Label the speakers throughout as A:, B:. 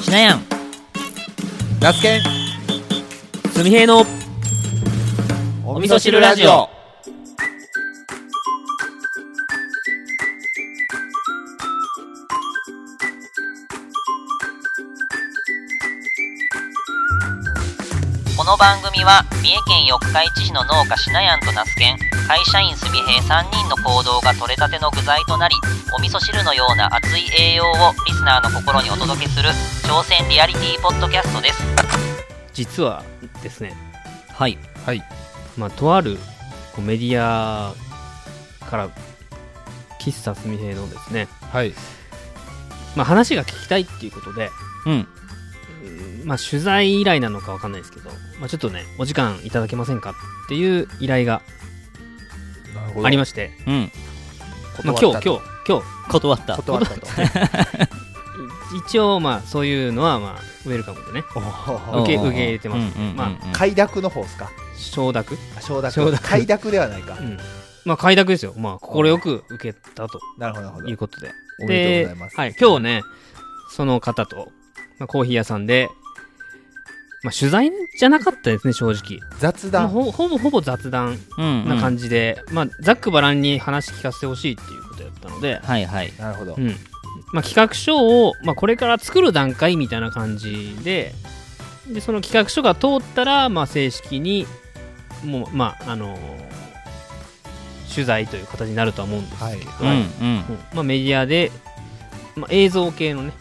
A: しなやん
B: ラスケン
A: すみへいのお味噌汁ラジオこの番組は三重県四日市市の農家しなやんと那須県会社員すみへい3人の行動が取れたての具材となりお味噌汁のような熱い栄養をリスナーの心にお届けする挑戦リアリティポッドキャストです
C: 実はですね、
A: はい
B: はい
C: まあ、とあるこうメディアから喫茶すみへいのですね、
B: はい
C: まあ、話が聞きたいっていうことで、
A: うん
C: うんまあ、取材依頼なのかわかんないですけど、まあ、ちょっとねお時間いただけませんかっていう依頼が
B: なるほ
C: ありまして、
A: うん
C: まあ、今日今日今日
A: 断った
B: 断ったと
C: 一応まあそういうのはまあウェルカムでね
B: おー
C: 受け受け入れてま
A: う
C: す
A: んうんうんうん
C: まあ
B: 快諾の方ですか
C: 承諾、
B: あ承
C: 承
B: 諾
C: 諾
B: 快諾ではないか
C: うんまあ快諾ですよまあ快く受けたと
B: なるほどなるほど
C: いうことで
B: おめでとうございます
C: はい、今日ね、その方と、まあ、コーヒー屋さんで、まあ、取材じゃなかったですね、正直。
B: 雑
C: まあ、
B: 談
C: ほほぼほぼ雑談
A: うん
C: な感じで、まあ、ざっくばらんに話聞かせてほしいっていうことだったので、
A: はいはい
B: なるほど
C: うんまあ、企画書を、まあ、これから作る段階みたいな感じで、でその企画書が通ったら、まあ、正式に、もう、まあ、あのー取材という形になるとは思うんです
B: はい
A: うんう
B: はい
A: ん
C: うんまあ、メディアで、まあ、映像系のね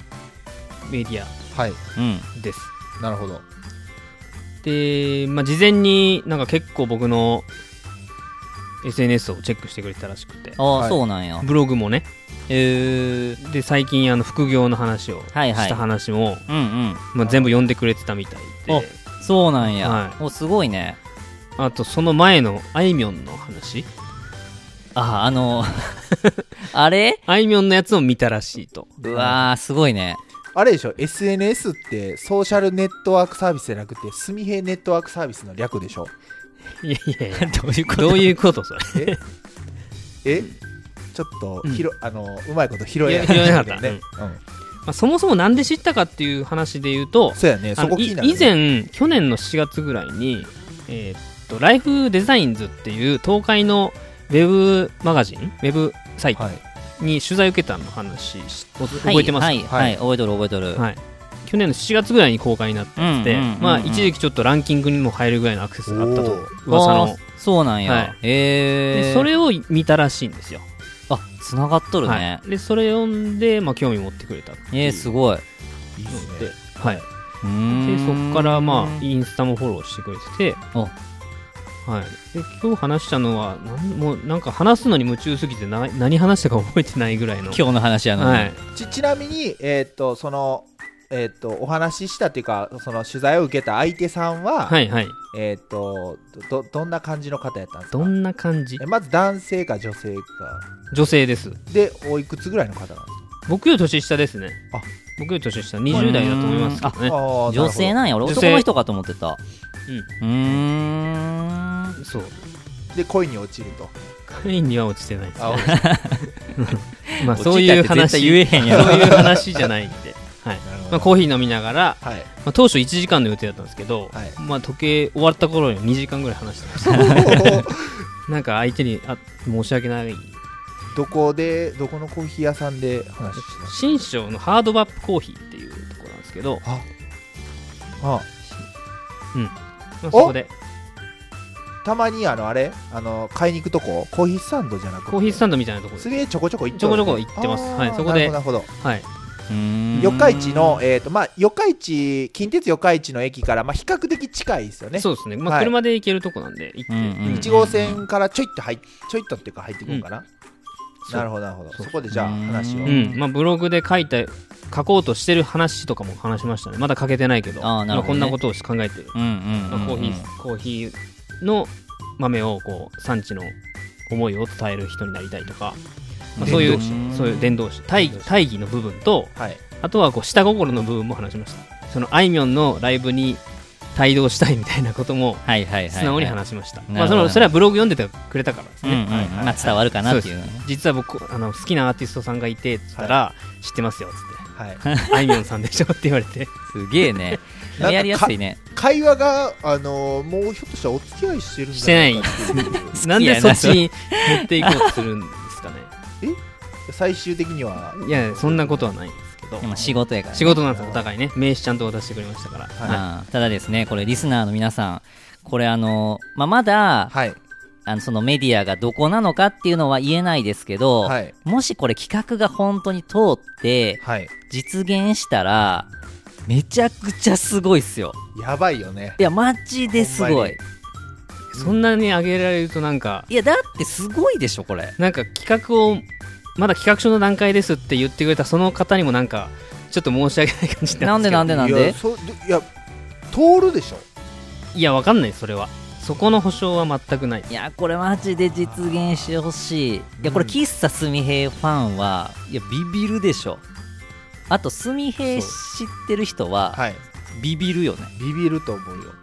C: メディア
B: はい
A: うん
C: です
B: なるほど
C: で、まあ、事前になんか結構僕の SNS をチェックしてくれてたらしくて
A: あ
B: は
A: あ
B: い
A: そうなんや
C: ブログもね
A: えー
C: で最近あの副業の話をし
A: はいはい
C: た話も、
A: うんうん
C: まあ、全部読んでくれてたみたい
A: お
C: で
A: そうなんや
C: は
A: おすごいね
C: あとその前のあいみょんの話
A: ああの あれ
C: あいみょんのやつを見たらしいと
A: うわーすごいね
B: あれでしょ SNS ってソーシャルネットワークサービスじゃなくてすみへいネットワークサービスの略でしょ
C: いやいやいや
A: どういうこと
C: どういうことそれ
B: え えちょっとひろあのうまいこと拾えなか
C: 拾えなか
B: っ
C: った
B: たねうん
C: まあ、そもそもなんで知ったかっていう話で言うと
B: そうやね
C: あ
B: そこ
C: の
B: 気
C: い
B: になるね
C: 以前去年の7月ぐらいに、えーっとライフデザインズっていう東海のウェブマガジンウェブサイト
B: はい
C: に取材受けたの話し
A: はい
C: 覚えてます
A: はいはい覚えとる覚えとる
C: はい去年の7月ぐらいに公開になったやつで、
A: うんうんうんうん
C: まあ、一時期ちょっとランキングにも入るぐらいのアクセスがあったと
B: おー
C: 噂
A: あ
C: の
A: ーそうなん
C: は
A: や
C: い
A: え
C: で
A: ー
C: それを見たらしいんですよ、
A: あつながっとるね
C: はい、でそれ読んで、まあ、興味持ってくれたっていう
A: えーすごい
B: いいっすね
C: で,、はい、
A: うー
C: で
A: ん
C: そこからまあインスタもフォローしてくれてて、
A: お
C: はい、で今日話したのはなんもうなんか話すのに夢中すぎてな何話したか覚えてないぐらいの
A: 今日の話やのに
C: はい、
B: ちちなみに、えーっとそのえーっとお話ししたっていうかその取材を受けた相手さんは、
C: はいはい、
B: えーっとどどんな感じの方やったんですか
C: どんな感じ
B: えまず男性か女性か
C: 女性です
B: でおいくつぐらいの方なんですか
C: 僕より年下ですね
B: あ
C: 僕より年下20代だと思いますけど
B: あ
C: ね
B: ー
A: 女性
B: なる
A: なんや俺
C: 女性
A: 男の人かと思ってたうーん
C: そう
B: ほどで恋に落ちると
C: 会には落ちてないです、
B: あ
C: ね、
B: 落ちる
C: まあ
A: 落ちた
C: そういう
A: って絶
C: 話
A: 対言えへんやろ
C: そういう話じゃないんで、は
B: な
C: い
B: るほど
C: まあ、コーヒー飲みながら、
B: はい
C: まあ、当初1時間の予定だったんですけど、
B: はい
C: まあ、時計終わった頃には2時間ぐらい話してました なんか相手にあ申し訳ない
B: どこでどこのコーヒー屋さんで話してまし
C: 新庄のハードバップコーヒーっていうところなんですけど、
B: たああ
C: まあ、そこで
B: たまにあのあれあの買いに行くとこコーヒースタンドじゃなくて
C: コーヒースタンドみたいなところ
B: す
C: で、
B: げえちょこちょこ行っ
C: ちょこちょこ行ってますはいそこ
B: な
C: で
B: るほどなるほど
C: はい、
A: うーん
B: 四日市の、えーとまあ、四日市近鉄四日市の駅から、まあ、比較的近いですよね
C: そうですね、ま
B: は
C: あ、
B: い
C: 車で行けるとこなんで行って、
A: うんうん
B: 1号線からちょいっと入っちょいっとっていうか入っていこうかな、
C: そう
B: なるほどなるほど
C: そ
B: そうこでじゃあ
A: うん
B: 話を、
A: ほ
C: う
A: ど
C: んまあ、ブログで書いた書こうとしてる話とかも話しましたねまだ書けてないけど
A: あーなるほ
C: まあ、こ
A: どね
C: んなことを考えてる、
A: うんうんうんう
C: まあ
A: ん
C: コーヒーコーヒーの豆をこう産地の思いを伝える人になりたいとか、まあ、そういう
A: 伝道師
C: そういう伝道師大義大義の部分と
B: はい
C: あとはこう下心の部分も話しましたそのあいみょんのライブに帯同したいみたいなことも
A: はいはいはい
C: 素直に話しました、
A: なるほど
C: まあ、そのそれはブログ読んでてくれたからです
A: う
C: ね、
A: んうん
B: はいはい
A: まあ伝わるかなっていう
C: そうです実は僕あの好きなアーティストさんがいてっつったら、知ってますよっつっ
B: はい、
C: てあいみょんさんでしょって言わ れて
A: すげえ ね
B: なんか
A: やりやすいね
B: 会話が、あのーもうひょっとしたらお付き合いしてるんじゃないか っていう
C: なんでそっちに持っていこうとするんで すかね
B: 最終的にはい
C: やそんなことはないんですけど
A: でも仕事やからね
C: 仕事なんですよお互いね名刺ちゃんと渡してくれましたから
B: はい
A: あーただですねこれリスナーの皆さんこれあの、まあ、まだ
B: はい
A: あのそのメディアがどこなのかっていうのは言えないですけど、
B: はい
A: もしこれ企画が本当に通って
B: はい
A: 実現したらめちゃくちゃすごいっすよ
B: やばいよね
A: いやマジです
B: ほんま
A: ご
B: に
A: い
C: そんなにあげられるとなんか
A: いやだってすごいでしょこれ
C: なんか企画をまだ企画書の段階ですって言ってくれたその方にもなんかちょっと申し訳ない感じに
A: なんでなん
C: で
A: でなん
B: いや
A: で
B: そいや通るでしょ
C: いやわかんないそれはそこの保証は全くない
A: いやこれマジで実現してほしいいやこれ
B: うん
A: 喫茶すみへいファンはいやビビるでしょあとすみへい知ってる人は
B: はい
A: ビビるよね
B: ビビると思うよ、うん、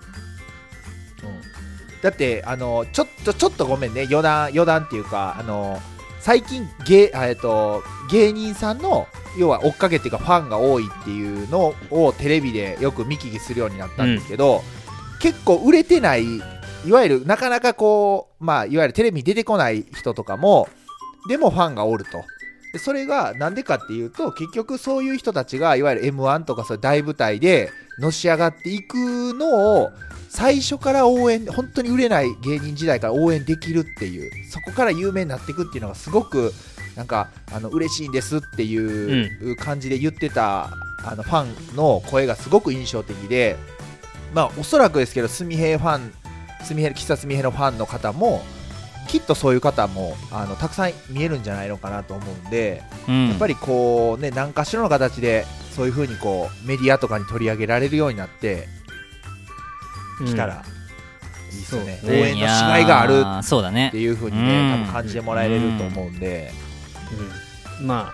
B: だってあのちょっとちょっとごめんね余談余談っていうかあの最近芸,あ、えっと、芸人さんの要は追っかけっていうかファンが多いっていうのをテレビでよく見聞きするようになったんですけど、結構売れてないいわゆるなかなかこうまあいわゆるテレビに出てこない人とかもでもファンがおるとでそれがなんでかっていうと結局そういう人たちがいわゆる m 1とかそういう大舞台でのし上がっていくのを最初から応援本当に売れない芸人時代から応援できるっていうそこから有名になっていくっていうのがすごくなんかあの嬉しいんですっていう感じで言ってた、あのファンの声がすごく印象的でまあおそらくですけどすみへいファンすみへい喫茶すみへいのファンの方もきっとそういう方もあのたくさん見えるんじゃないのかなと思うんで、
A: うん
B: やっぱりこうね何かしらの形でそういう風にこうメディアとかに取り上げられるようになってきたら、いいですね
C: そうですね
B: 応援のしがいがある
A: るそうだ
B: って
A: ね
B: いう風にね
A: うん
B: 多分感じてもらえれると思うんで、
C: うんま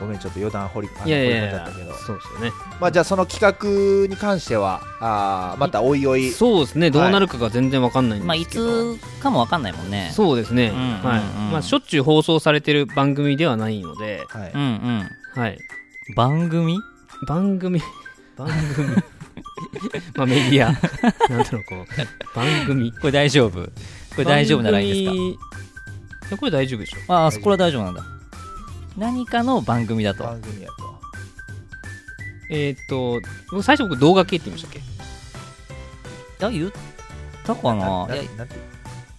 B: ごめんちょっと余談掘りあ
C: あ
B: の
C: いやいやい
B: 掘り込んじゃ
C: や
B: ったけど
C: そうですよね
B: まあじゃあその企画に関してはあーまたおいおい
C: そうですねどうなるかが全然わかんないん
A: まあ
C: で
A: い
C: すけど、
A: つかもわかんないもんね
C: そうですね、
A: うんうんうん
C: はいまあ、しょっちゅう放送されてる番組ではないので、
B: はい
A: うんうん
C: はい、
A: 番組
C: 番組番組 まあメディアなんだろうこう番組
A: これ大丈夫これ大丈夫ならいいですか
C: すかこれ大丈夫でしょ
A: ああそこは大丈夫なんだ何かの番組だと
B: 番組やと
C: えーっと僕最初僕動画系って言いましたっけ
A: あ言ったかな
B: ない
A: や
B: なんて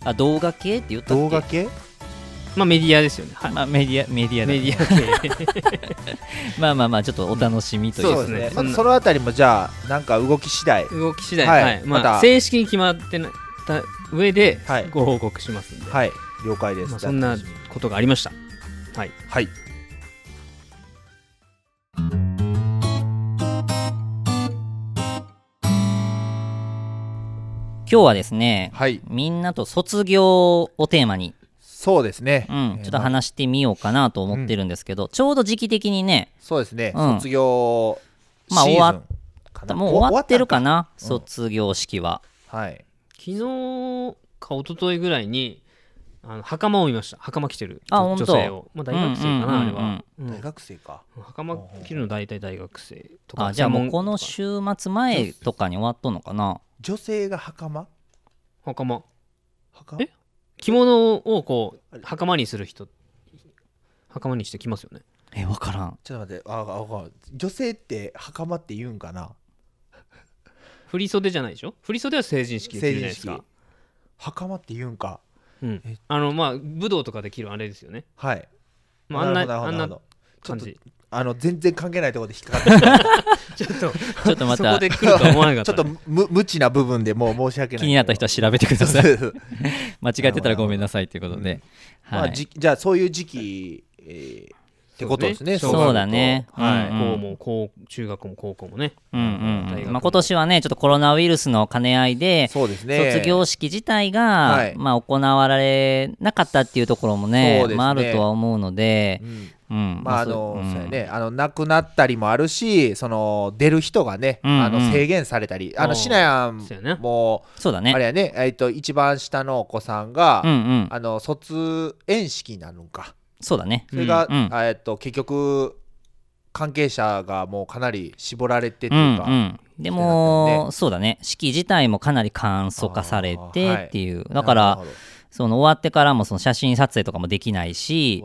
A: あ動画系って言ったっけ
B: 動画系
C: まあメディアですよねはい
A: まあ、メディアメディアだ
C: メ
A: ね
C: ディア系
A: まあまあまあちょっとお楽しみという
C: そうですね
B: まずそのあたりもじゃあなんか動き次第
C: 動き次第、
B: は
C: はいい
B: ま
C: ま
B: た
C: あ、正式に決まってなた上で
B: はい
C: ご報告しますんで、
B: はい了解です、
C: まあ、そんな
B: じゃあ楽しみに
C: ことがありました
B: はい
A: 今日はですね
B: はい
A: みんなと卒業をテーマに、
B: そうですね、
A: うん
B: えー
A: ちょっと
B: まあ
A: 話してみようかなと思ってるんですけど、ちょうど時期的にね
B: そうですね、
A: うん
B: 卒業シー
A: まあ
B: ズン
A: 終わ
B: かな
A: もう終わってるかな
B: 終わったんか
A: 卒業式は、
B: はい
C: 昨日か一昨日ぐらいにあの袴を見ました袴着てる
A: あ
C: 女
A: 本当
C: 女性を、まあ、大学生かな、
A: うんうんうんうん
C: あれは、うん
B: 大学生か、
C: 袴着るの大体大学生とか
A: あじゃあもう
C: 専門
A: この週末前とかに終わっとんのかな
B: 女性が袴
C: 袴
B: 袴
C: え着物をこ
B: あ
C: う
B: れ
C: 袴にする人袴にしてきますよね
A: え分からん
B: ちょっと待ってあああ女性って袴って言うんかな
C: 振り袖じゃないでしょ振り袖は成人式で着るじゃないです
B: 成人
C: か
B: 式、袴って言うんか
C: うん
B: え、
C: あのまあ武道とかできるあれですよね、
B: はい、
C: まあ、あんな
B: るほ
C: あ
B: ど
C: ん
B: るほ
C: な
B: どちょっ
C: 感
B: と
C: じ
B: あの全然関係ないところで引っかかって
C: ちょっと
A: ちょっと ま
C: そこ
A: た
C: で来るとは思わなか っ
B: ちょ
C: た
B: っと
C: ね
B: む無知な部分でもう申し訳ない
A: 気になった人は調べてください
B: そうそうそう
A: 間違えてたらごめんなさいということで、
B: ま
A: は
B: あ
A: い
B: じじゃあそういう時期、えーってことですね
C: そう
A: そうだね
C: はい、
A: うんうん
C: 高も高中学も高校もね
A: うんうん
C: 大
A: う
C: 学
A: ん
C: も
A: まあ、今年はねちょっとコロナウイルスの兼ね合いで
B: そうですね
A: 卒業式自体が、
B: はい
A: まあ、行われなかったっていうところもね
B: そうですね
A: まあ、あるとは思うので
B: う、ん
A: うん
B: まああの
A: ん
B: そうやねあの亡くなったりもあるしその出る人がね、
A: うん
B: あ
A: う
B: の
A: ん
B: 制限されたりあ
C: う
B: の
C: ん
B: シナヤン
C: そうやね
B: も
A: そうだ
B: あれ
A: ね
B: やね、えっと一番下のお子さんが、
A: うんうん
B: あの卒園式になるんか
A: そうだね
B: それが、
A: うんうん
B: えっと結局関係者がもうかなり絞られてって
A: う
B: いうんか、
A: うんで
B: ってなった
A: も
B: ね
A: そうだね式自体もかなり簡素化され
B: あーはい
A: てっていうだからその終わってからもその写真撮影とかもできないし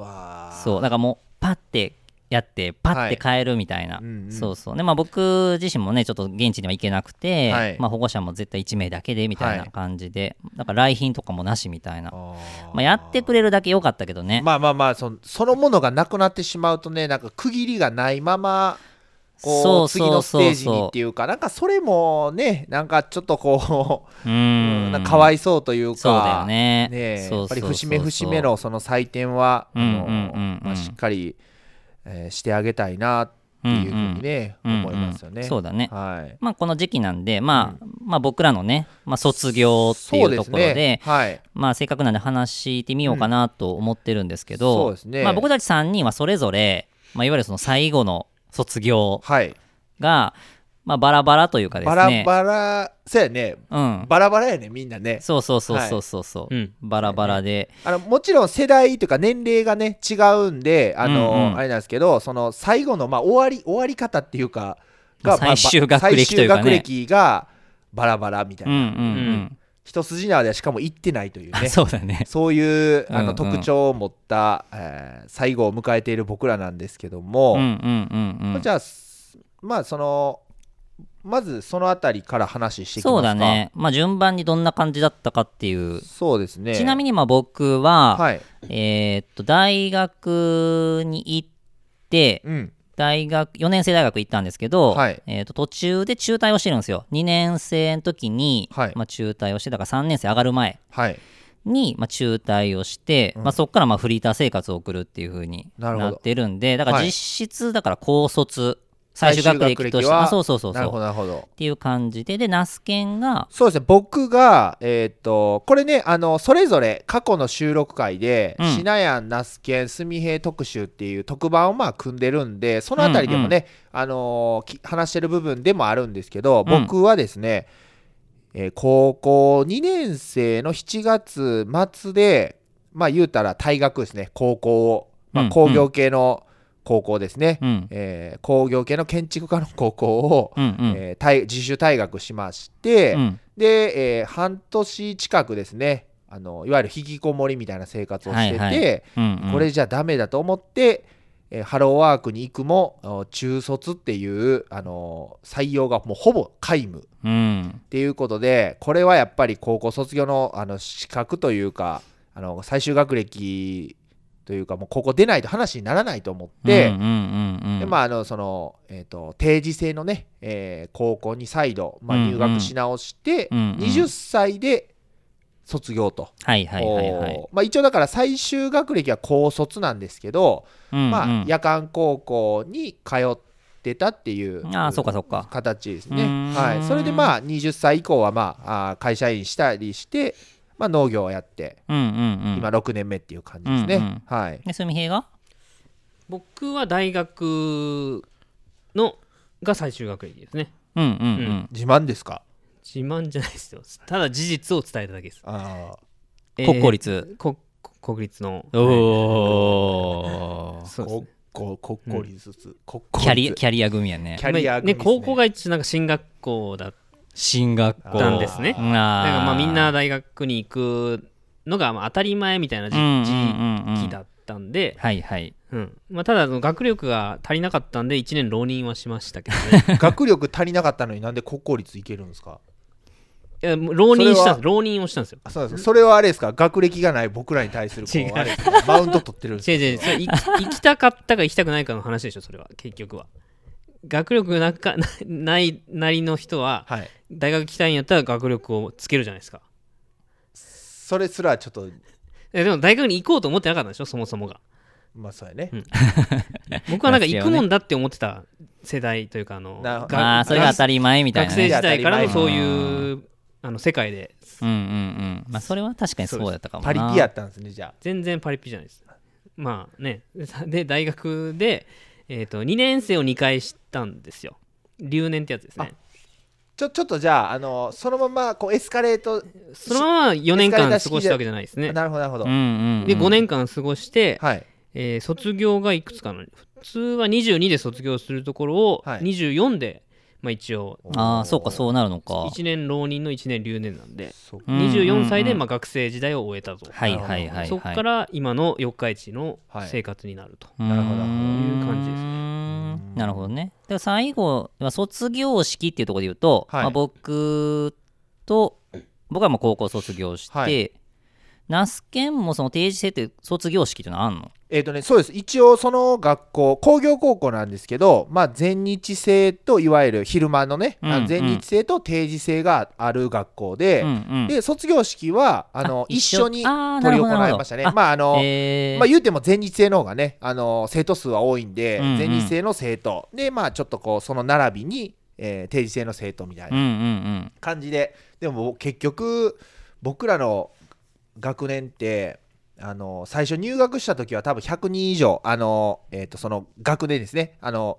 A: そううだからもうパッてやってパッて帰るみたいな、
B: はいうんうん
A: そうそうでまあ僕自身もねちょっと現地には行けなくて、
B: はい
A: まあ、保護者も絶対1名だけでみたい
B: は
A: ない感じで、だから来賓とかもなしみたいな、
B: わー
A: まあ、やってくれるだけ良かったけどね、
B: まあまあまあそのそのものがなくなってしまうとねなんか区切りがないままこう
A: そうそうそうそう
B: 次のステージにっていうかなんかそれもねなんかちょっとこ
A: う
B: う、
A: ん
B: なんかかわいそうというか
A: そうだよね
B: ねえ
A: そう
B: やっぱり
A: そうそう
B: 節
A: そう
B: 目節目のその祭典はあの
A: うんうんうんうん
B: まあしっかり、えーしてあげたいなっていうふうにね、
A: うんうん
B: 思いますよね。
A: そうだね
B: はい
A: まあこの時期なんで、まあ、まあ僕らのね、まあ卒業っていうところ
B: そ
A: で、
B: うすねはい、
A: まあせっかくなんで話してみようかなと思ってるんですけど、
B: うんそうですね
A: まあ僕たち3人はそれぞれ、まあいわゆるその最後の卒業
B: はい、
A: が、まあバラバラというかです
B: バラ
A: ね。
B: バラそうやね
A: うん。
B: バラバラやねみんなね
A: そうそうそうそうそうそう、
C: はいうん
A: バラバラで。
B: あのもちろん世代というか年齢がね違うんであの、
A: うんうん
B: あれなんですけどその最後の、まあ、終わり終わり方っていうかが、
A: 最終学歴というかね
B: 最終学歴がバラバラみたいうな、
A: んうんうん。
B: 一筋縄ではしかも行ってないという
A: あ
B: ね
A: そうだね。
B: そういうあ
A: うんう
B: の
A: ん
B: 特徴を持った、えー最後を迎えている僕らなんですけども、
A: うん うんうんうん
B: じ。ゃあすまあそのまずそのあたりから話していきますか
A: そうだね。まあ順番にどんな感じだったかっていう。
B: そうですね
A: ちなみ
B: に
A: にまあ僕は、
B: はい、
A: えーっと、大学に行って、
B: うん、
A: 大学、4年生大学行ったんですけど、
B: はい
A: えーと途中で中退をしてるんですよ。2年生の時に、
B: はい
A: まあ、中退をして、だから3年生上がる前
B: はい
A: に、まあ、中退をして、まあ、そこからまあフリーター生活を送るっていう風に
B: なるほど
A: なってるんで、だから
B: はい
A: 実質、だから高卒、最終学歴と
B: 最終
A: し
B: 学
A: て、
B: は
A: あそうそうそう
B: な
A: そ
B: るほ
A: う。
B: どなるほど
A: っていう感じで、で、ナスケンが、
B: そうですね僕がえーっとこれねあのそれぞれ過去の収録回で
A: うん
B: 「しなやん那須研すみへい特集」っていう特番をまあ組んでるんでそのあたりでもね、あのーき話してる部分でもあるんですけど
A: うん
B: 僕はですね、えー高校2年生の7月末でまあ言うたら退学ですね高校を、ま
A: う
B: あ、
A: ん
B: 工業系の高校ですね、
A: うん、
B: えー工業系の建築科の高校を、
A: うん、うん、
B: えー退自主退学しまして、
A: うん、
B: で、えー半年近くですねあのいわゆる引きこもりみたいな生活をしてて、
A: はいはうん、うん
B: これ、じゃダメだと思って、えーハローワークに行くもお中卒っていう、あのー採用がもうほぼ皆無っ
A: うん、
B: ていうことでこれはやっぱり高校卒業のあの資格というかあの最終学歴というかもう高校出ないと話にならないと思って。
A: うん、うん、うん、
B: でまあ、あのその、えー、と定時制のね、えー高校に再度、まあ、
A: うんうん
B: 入学し直して、
A: うんうん
B: 20歳で卒業と、
A: はい、はい、はい、はい。
B: おーまあ、一応だから最終学歴は高卒なんですけど、
A: ま
B: まあ、夜間高校に通ってたっていう
A: あーそうかそうか
B: 形です
A: うーん
B: ね、はい、それでまあ20歳以降は、まあ、あー会社員したりして、まあ、農業をやって
A: うん、うん、うん。
B: 今6年目っていう感じですね、
A: うんうん
B: はい
A: で、すみへいが
C: 僕は大学のが最終学歴ですね
A: うん、うん、う
C: うん
A: ん。
B: 自慢ですか
C: 自慢じゃないですよただ事実を伝えただけです
B: あ
A: 国公
C: 立、
A: 立。
C: こ国立の
A: お
C: そうですね
B: 国交国交立つ、国
A: キャリア、
B: 立
A: キャリア組やね
B: キ。ャリア組
C: ね
B: ですね
C: 高 校が一応なんか進学校だっ
A: 進学校。
C: たんですね
B: あ
C: だ
B: ー
C: か
A: な
C: らまあみんな、大学に行くのがまあ当たり前みたいな
A: う
C: 時
A: ん、うん、うん。
C: 期だったんで、
A: はい、はい。
C: うんまあ、ただあの学力が足りなかったんで1年浪人はしましたけどね
B: 学力足りなかったのになんで国公立いけるんですか
C: いやもう浪人した
B: それは
C: んです浪人をしたんですよ
B: あそうなんですそれはあれですか学歴がない僕らに対するこ
C: 違う
B: うあれですかマウント取ってるんです
C: 違う違うそれ行き行きたかったか行きたくないかの話でしょそれは結局は学力がなか ないなりの人は
B: かはい
C: 大学行きたいんやったら学力をつけるじゃないですか
B: それすらちょっと
C: えでも大学に行こうと思ってなかったんでしょそもそもが
B: まあそうやね、
C: うん僕はなんか
A: ですよ
C: 行
A: ね
C: くもんだって思ってた世代というかあの
B: なるほど
C: が
A: まあ、それが当たり前みたい
C: 学
A: な
C: 生時
A: ね。
C: 代からの
B: 当
A: たり
C: そう
A: 前
C: いうあの世界で
A: うん、うん、うん。まあ、それは確かにそうだったかもな。
B: パリピやったんですねじゃ
C: 全然パリピじゃないですまあね、 で、大学で、えー、と2年生を2回したんですよ。留年ってやつですね。
B: ちょちょっとじゃあ、あのそのままこうエスカレート、
C: そのまま4年間過ごしたわけじゃないですね。
B: なるほど、なるほど。
A: うんうんうん
C: で、5年間過ごして、
B: はい。
C: えー卒業がいくつかの、普通は22で卒業するところを
B: はい
C: 24で、まあ一応、
A: ああそうかそうなるのか
C: 1年浪人の1年留年なんで、
B: そう
A: うんうんうん
C: 24歳でまあ学生時代を終えたと。
A: はいはいはいはい
C: そこから今の四日市の
B: はい
C: 生活になると。
B: なるほど
A: うーん
C: いう感じです
A: なるほどねで最後は卒業式っていうところで言うと、
B: はい
A: まあ、僕と僕はもう高校卒業して、
B: はい
A: ナスケンもその定時制って卒業式ってのあんの
B: えっ、とね、そうです。一応その学校、工業高校なんですけど、まあ、全日制といわゆる昼間のね、
A: うん
B: あの全日制と定時制がある学校で、
A: うんうん
B: で卒業式はあの
A: あ
B: 一緒に
A: 一緒あー
B: 執り行いましたね。
A: なるほどなるほどあ
B: まああの、
A: えー
B: まあ、言うても全日制の方がね、あの生徒数は多いんで、
A: うんうん
B: 全日制の生徒で、まあ、ちょっとこうその並びに、えー定時制の生徒みたい
A: うん
B: な
A: うん
B: 感じで、でも結局僕らの学年ってあの最初入学した時は多分100人以上あの、えー、とその学年ですねあの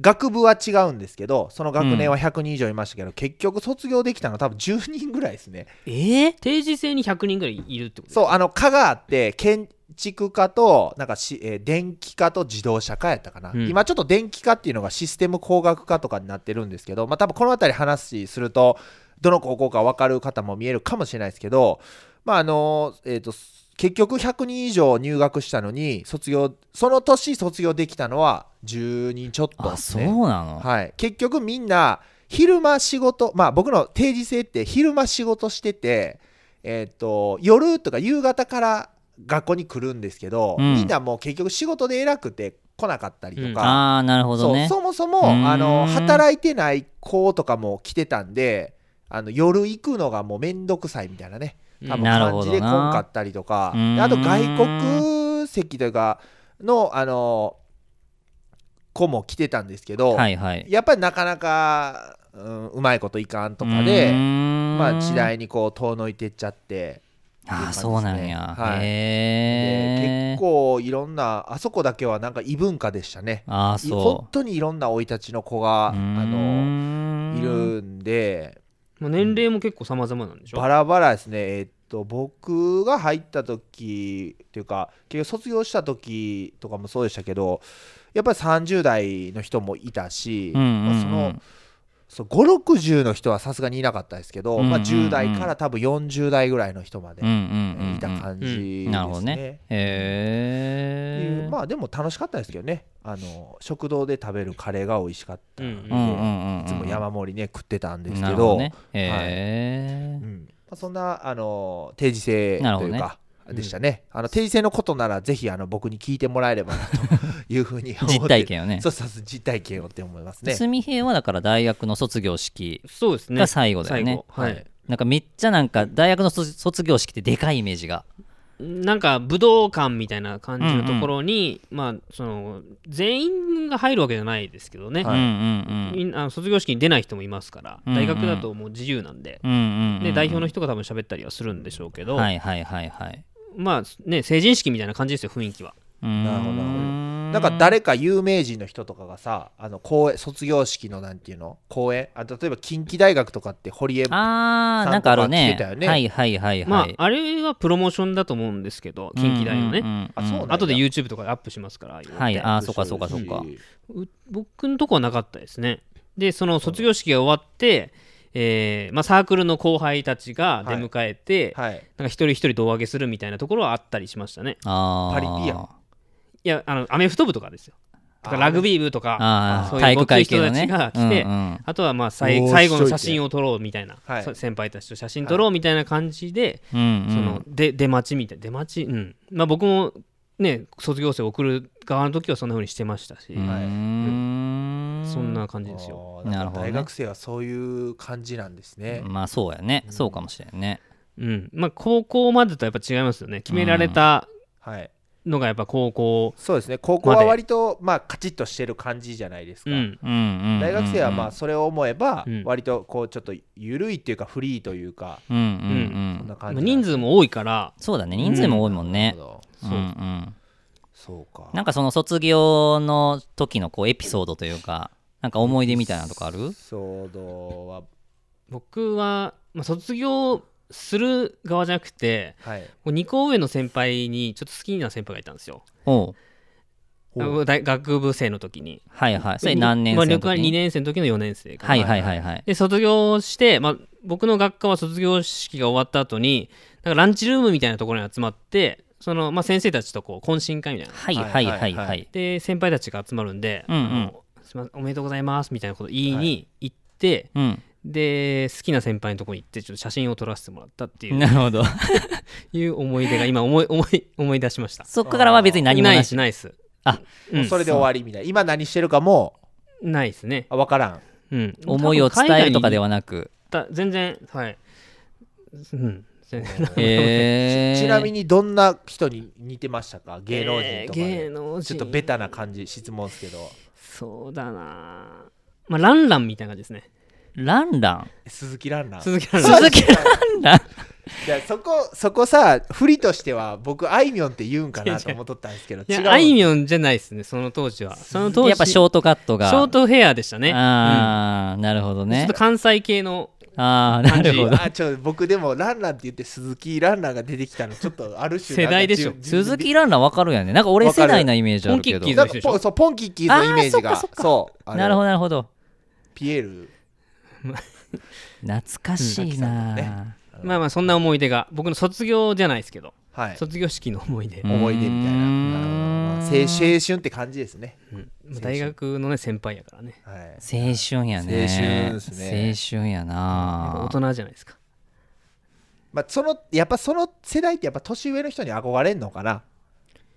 B: 学部は違うんですけどその学年は100人以上いましたけど、結局卒業できたの多分10人ぐらいですね。
C: え定時制に100人ぐらいいるってこと
B: そうあの科があって建築科となんかし、えー電気科と自動車科やったかな、
C: うん
B: 今ちょっと電気科っていうのがシステム工学科とかになってるんですけど、まあ、多分この辺り話するとどの高校か分かる方も見えるかもしれないですけど、まああのえー、と結局100人以上入学したのに卒業その年卒業できたのは10人ちょっと
A: あ
B: です
A: そう
B: ね。
A: なの、
B: はい、結局みんな昼間仕事まあ僕の定時制って昼間仕事しててえーっと夜とか夕方から学校に来るんですけど、
A: うん
B: みんなもう結局仕事で偉くて来なかったりと
C: うん
B: か、
A: ああなるほ
B: そ
A: ど
B: う
A: ね
B: そもそうも
A: ーん
B: あの働いてない子とかも来てたんであの夜行くのがもうめんどくさいみたいなね多分
A: なる
B: 感
A: ほ
B: じ
A: どな
B: で来んかったりとか
A: うーん
B: であと外国籍というかのあの子も来てたんですけど、
A: はいはい
B: やっぱりなかなか、うん、うまいこといかんとかで、ま
A: ま
B: あ、時代にこう遠のいてっちゃって、
A: ああそうなんや、
B: はい
A: へ
B: で
A: え
B: 結構いろんなあそこだけはなんか異文化でしたね
A: ああ
B: い
A: そ
B: 本当にいろんな生い立ちの子が
A: うう
B: あの
A: ーん
B: いるんで
C: まあ年齢も結構様々なんでしょ
B: バラバラですねえっと僕が入った時というか結局卒業した時とかもそうでしたけどやっぱり30代の人もいたし、
A: うんうんうん
B: まあそのそう560の人はさすがにいなかったですけど、
A: うんうんうん
B: まあ、10代から多分40代ぐらいの人まで
A: うんうんうんうん
B: いた感じですね。
A: なるほどね
B: って
A: へ
B: い
A: え
B: うまあでも楽しかったですけどねあの食堂で食べるカレーが美味しかったんで、
C: うん
A: うんうんうん
B: いつも山盛りね食ってたんです
A: な
B: け
A: るほ
B: ど
A: ねへ
B: う
A: え
B: んまあ、そんなあの定時制
A: なるほ
B: とい
A: どね
B: うか、でしたねあの定時制のことならぜひあの僕に聞いてもらえればなというふうに思って
A: 実体験よね
B: そうそうそう実体験をって思いますね。
A: 住平はだから大学の卒業式
C: そうですね。
A: が最後だよね
C: 最後はい。
A: なんかめっちゃなんか大学の卒卒業式ってでかいイメージが
C: なんか武道館みたいな感じのところに、まあ、その、全員が入るわけじゃないですけどね。
B: はい
A: うん
C: みんな卒業式に出ない人もいますから、
A: うんうん
C: 大学だともう自由なんで。
A: うんうんうんうん
C: で代表の人が多分喋ったりはするんでしょうけど、
A: はいはいはいはい
C: まあね成人式みたいな感じですよ雰囲気は
A: な
B: るほどなるほど
A: な
B: なんか誰か有名人の人とかがさあの公演卒業式のなんていうの公演あ例えば近畿大学とかって堀江
A: あーなんかある
B: さんとか来てた
A: ね
B: よね
A: はいはいはいはい
C: まあ、あれはプロモーションだと思うんですけど、近畿大のね。
A: うんうんうん
B: あそうなんだ
C: 後で YouTube とかでアップしますから、
A: はいあーそうかそうか
B: そ
A: そうう
B: か
A: か
C: う僕のとこはなかったですね。で、その卒業式が終わって、えーまあ、サークルの後輩たちが出迎えて、
B: はい
C: なんか一人一人胴上げするみたいなところはあったりしましたね。
A: あー
B: パリピやん
C: いや、あのアメフト部とかですよ。とかラグビー部とか、
A: あ
C: そ
A: あ
C: う
A: 体
C: いうご
A: 育
C: っつ
A: 会
C: い人
A: 系の
C: た
A: ね
C: ちが来て、
A: うんうん
C: あとはまあさい
B: おー
C: 最後の
B: しとい
C: 写
B: て
C: 真を撮ろうみたいな、
B: はい
C: そ先輩たちと写真撮ろうみたいな感じで、
A: うんうん
C: そので出待ちみたいな出待ちうんまあ僕もね卒業生送る側の時はそんな風にしてましたし、
A: うーん
C: そんな感じですよ
B: あー
A: なるほどね
B: 大学生はそういう感じなんですね。
A: まあそうやねそうかもしれんね
C: うんまあ高校までとやっぱ違いますよね決められた
B: はい。
C: のがやっぱ高校
B: そうですね。高校
C: ま
B: は
C: で
B: 割とまあカチッとしてる感じじゃないですか。
C: うん
A: うんうんうん
B: 大学生はまあそれを思えば
C: うん
B: 割とこうちょっと緩いっていうかフリーというか
A: うんうん
B: そん
A: う
B: なん感
C: まあ
B: じ。
C: 人数も多いから
A: そうだね人数も多いもん
B: なる
A: ね
B: ほど
A: うんうん
B: そうか
A: なんかその卒業の時のこうエピソードというかなんか思い出みたいなのとかある
B: 騒動は
C: 僕は、まあ、卒業する側じゃなくて
B: はい
C: 2校上の先輩にちょっと好きな先輩がいたんですよ
A: おう
B: おう
C: 大学部生の時に
A: はいはいそれ何年
C: まあ
A: 生の
C: 僕は
A: 時
C: 2
A: に、
C: 年生の時の4年生かな
A: はいはいはいはい
C: で卒業して、まあ、僕の学科は卒業式が終わった後になんかランチルームみたいなところに集まってその、まあ、先生たちとこう懇親会みたいな
A: はいはいはい
B: はいは
A: はいい
C: で先輩たちが集まるんで、
A: うんうん
C: あのすいませんおめでとうございますみたいなことを言いに行って、
A: うん
C: で好きな先輩のところに行ってちょっと写真を撮らせてもらったっていう
A: なるほど
C: いう思い出が今思い思い 思い出しました
A: そこからは別に何も
C: な
A: ないし
C: しないっす
A: あ
C: うん
B: それで終わりみたいな今何してるかも
C: ないですね、
B: 分からん
C: うん、
A: 思いを伝えるとかで
C: は
A: はなく
C: 全然はいうん全然
A: へえ
B: ちちなみにどんな人に似てましたか芸能人
C: えー
B: とか
C: 芸
B: で
C: 能
B: ち
C: 人
B: ょっとベタな感じ質問ですけど
C: そうだなまあランランみたいな感じですね
A: ランラン
B: 鈴木蘭蘭
C: 鈴木ランラン
A: 鈴木ランラン
B: いやそこそこさ振りとしては僕あいみょんって言うんかなと思っとったんですけど
C: い
B: 違う
C: やあいみょんじゃないですねその当時はその当時
A: やっぱシ
C: ショ
A: ョートカットが
C: ートヘアでしたねうん
A: ああ、なるほど
C: ちょっ
A: ね
C: と関西系の
A: ああなるほど
B: あちょ僕でもランランって言って鈴木ランランが出てきたのちょっとある種なんか
C: 世代でしょ
B: 自分
A: 鈴木ランラン分かるやんねなんか俺世代なイメージあるけ
C: わ
A: ど
C: かる
B: なんかポそうポンキッキーズのイメージ
A: あ
B: が
A: ーそっかそっか
B: そうあの
A: なるほどなるほど
B: ピエール
A: 懐かしいな
C: まあまあそんな思い出が僕の卒業じゃないですけど
B: はい
C: 卒業式の思い出、
A: うん
B: 思い出みた
A: う
B: いな
A: ーん
B: なるほどまあ青青春って感じですね
C: うんまあ大学のね先輩やからね
B: はい
A: 青春やね
B: 青春ですね
A: 青春や
C: やっぱ
A: な
C: 大人じゃないですか
B: まあそのやっぱその世代ってやっぱ年上の人に憧れんのかな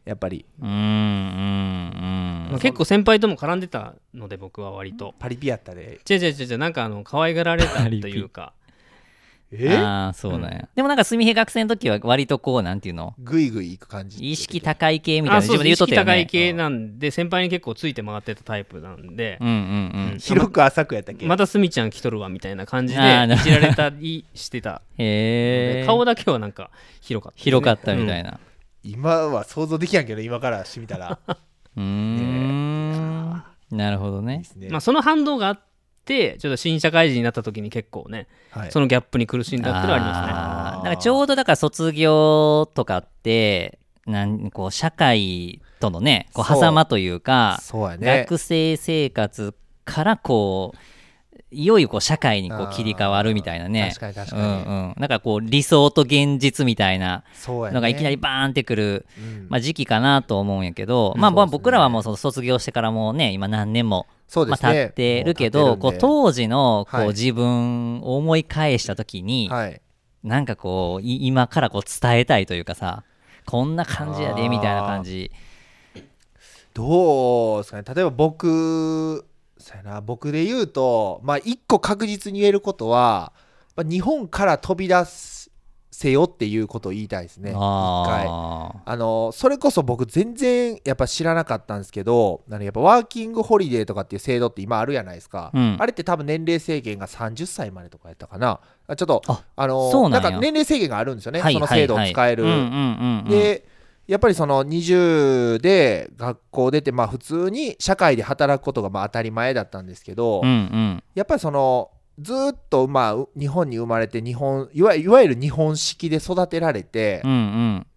B: やっぱり
A: うんうん
C: ま
A: う
C: あ
A: ん
C: 結構先輩とも絡んでたので僕は割と
B: パリピやったで
C: 違う違う違う違うなんかあの可愛がられたというか
B: え
A: ああそうなんやでもなんかすみへ学生の時は割とこうなんていうの
B: ぐいぐいいく感じ
A: 意識高い系みたい
C: あ
A: な自
C: そう
A: 分で言うとったよね
C: 意識高い系なんで先輩に結構ついて回ってたタイプなんで
A: う、んうんうん
B: 広く浅くやったっけ
C: またすみちゃん来とるわみたいな感じで
A: あーない
C: じられたりしてたの
A: へ
C: で
A: え
C: 顔だけはなんか広かったですね、
A: 広かったみたい
C: な、
A: な
B: 今は想像できやんけど今からしてみたら
A: うーんなるほど ね
B: ですね
C: まあ、その反動があってちょっと新社会人になった時に結構ね、
B: はい
C: そのギャップに苦しんだっていうのはありますね
A: あーなんかちょうどだから卒業とかってなんこう社会とのねこう
B: そう
A: 狭間というか
B: そうやね
A: 学生生活からこういよいよこう社会にこ
B: あ
A: う
B: ー
A: 切り替わるみたいなね
B: 確かに確かに
A: うんうん、なんかこう理想と現実みたいな
B: そうやね
A: のがいきなりバーンってくる、
B: うん
A: まあ、時期かなと思うんやけど、まあ、
B: そうですね
A: 僕らはもうその卒業してからもうね今何年も
B: そう
A: ま
B: で
A: あ、
B: すね
A: 経ってるけど
B: も
A: こう
B: う経ってるんで
A: 当時のこ
B: はいう
A: 自分を思い返した時に、
B: はい
A: なんかこうい今からこう伝えたいというかさこんな感じや
B: あ
A: で
B: ー
A: みたいな感じ
B: どうですかね例えば僕そうやな僕で言うとまあ一個確実に言えることはまあ日本から飛び出せよっていうことを言いたいですね一回
A: あー
B: あのそれこそ僕全然やっぱ知らなかったんですけどあのやっぱワーキングホリデーとかっていう制度って今あるやないですか、
A: うん
B: あれって多分年齢制限が30歳までとかやったかなあちょっと
A: あ
B: あの
A: そうなんや
B: か年齢制限があるんですよね、
A: はい
B: その制度を使える、
A: はいはいうんうんうんうん
B: でやっぱりその20で学校出てまあ普通に社会で働くことがまあ当たり前だったんですけど、
A: うんうん
B: やっぱりそのずーっとまあう日本に生まれて日本いわいわゆる日本式で育てられて
A: うんうん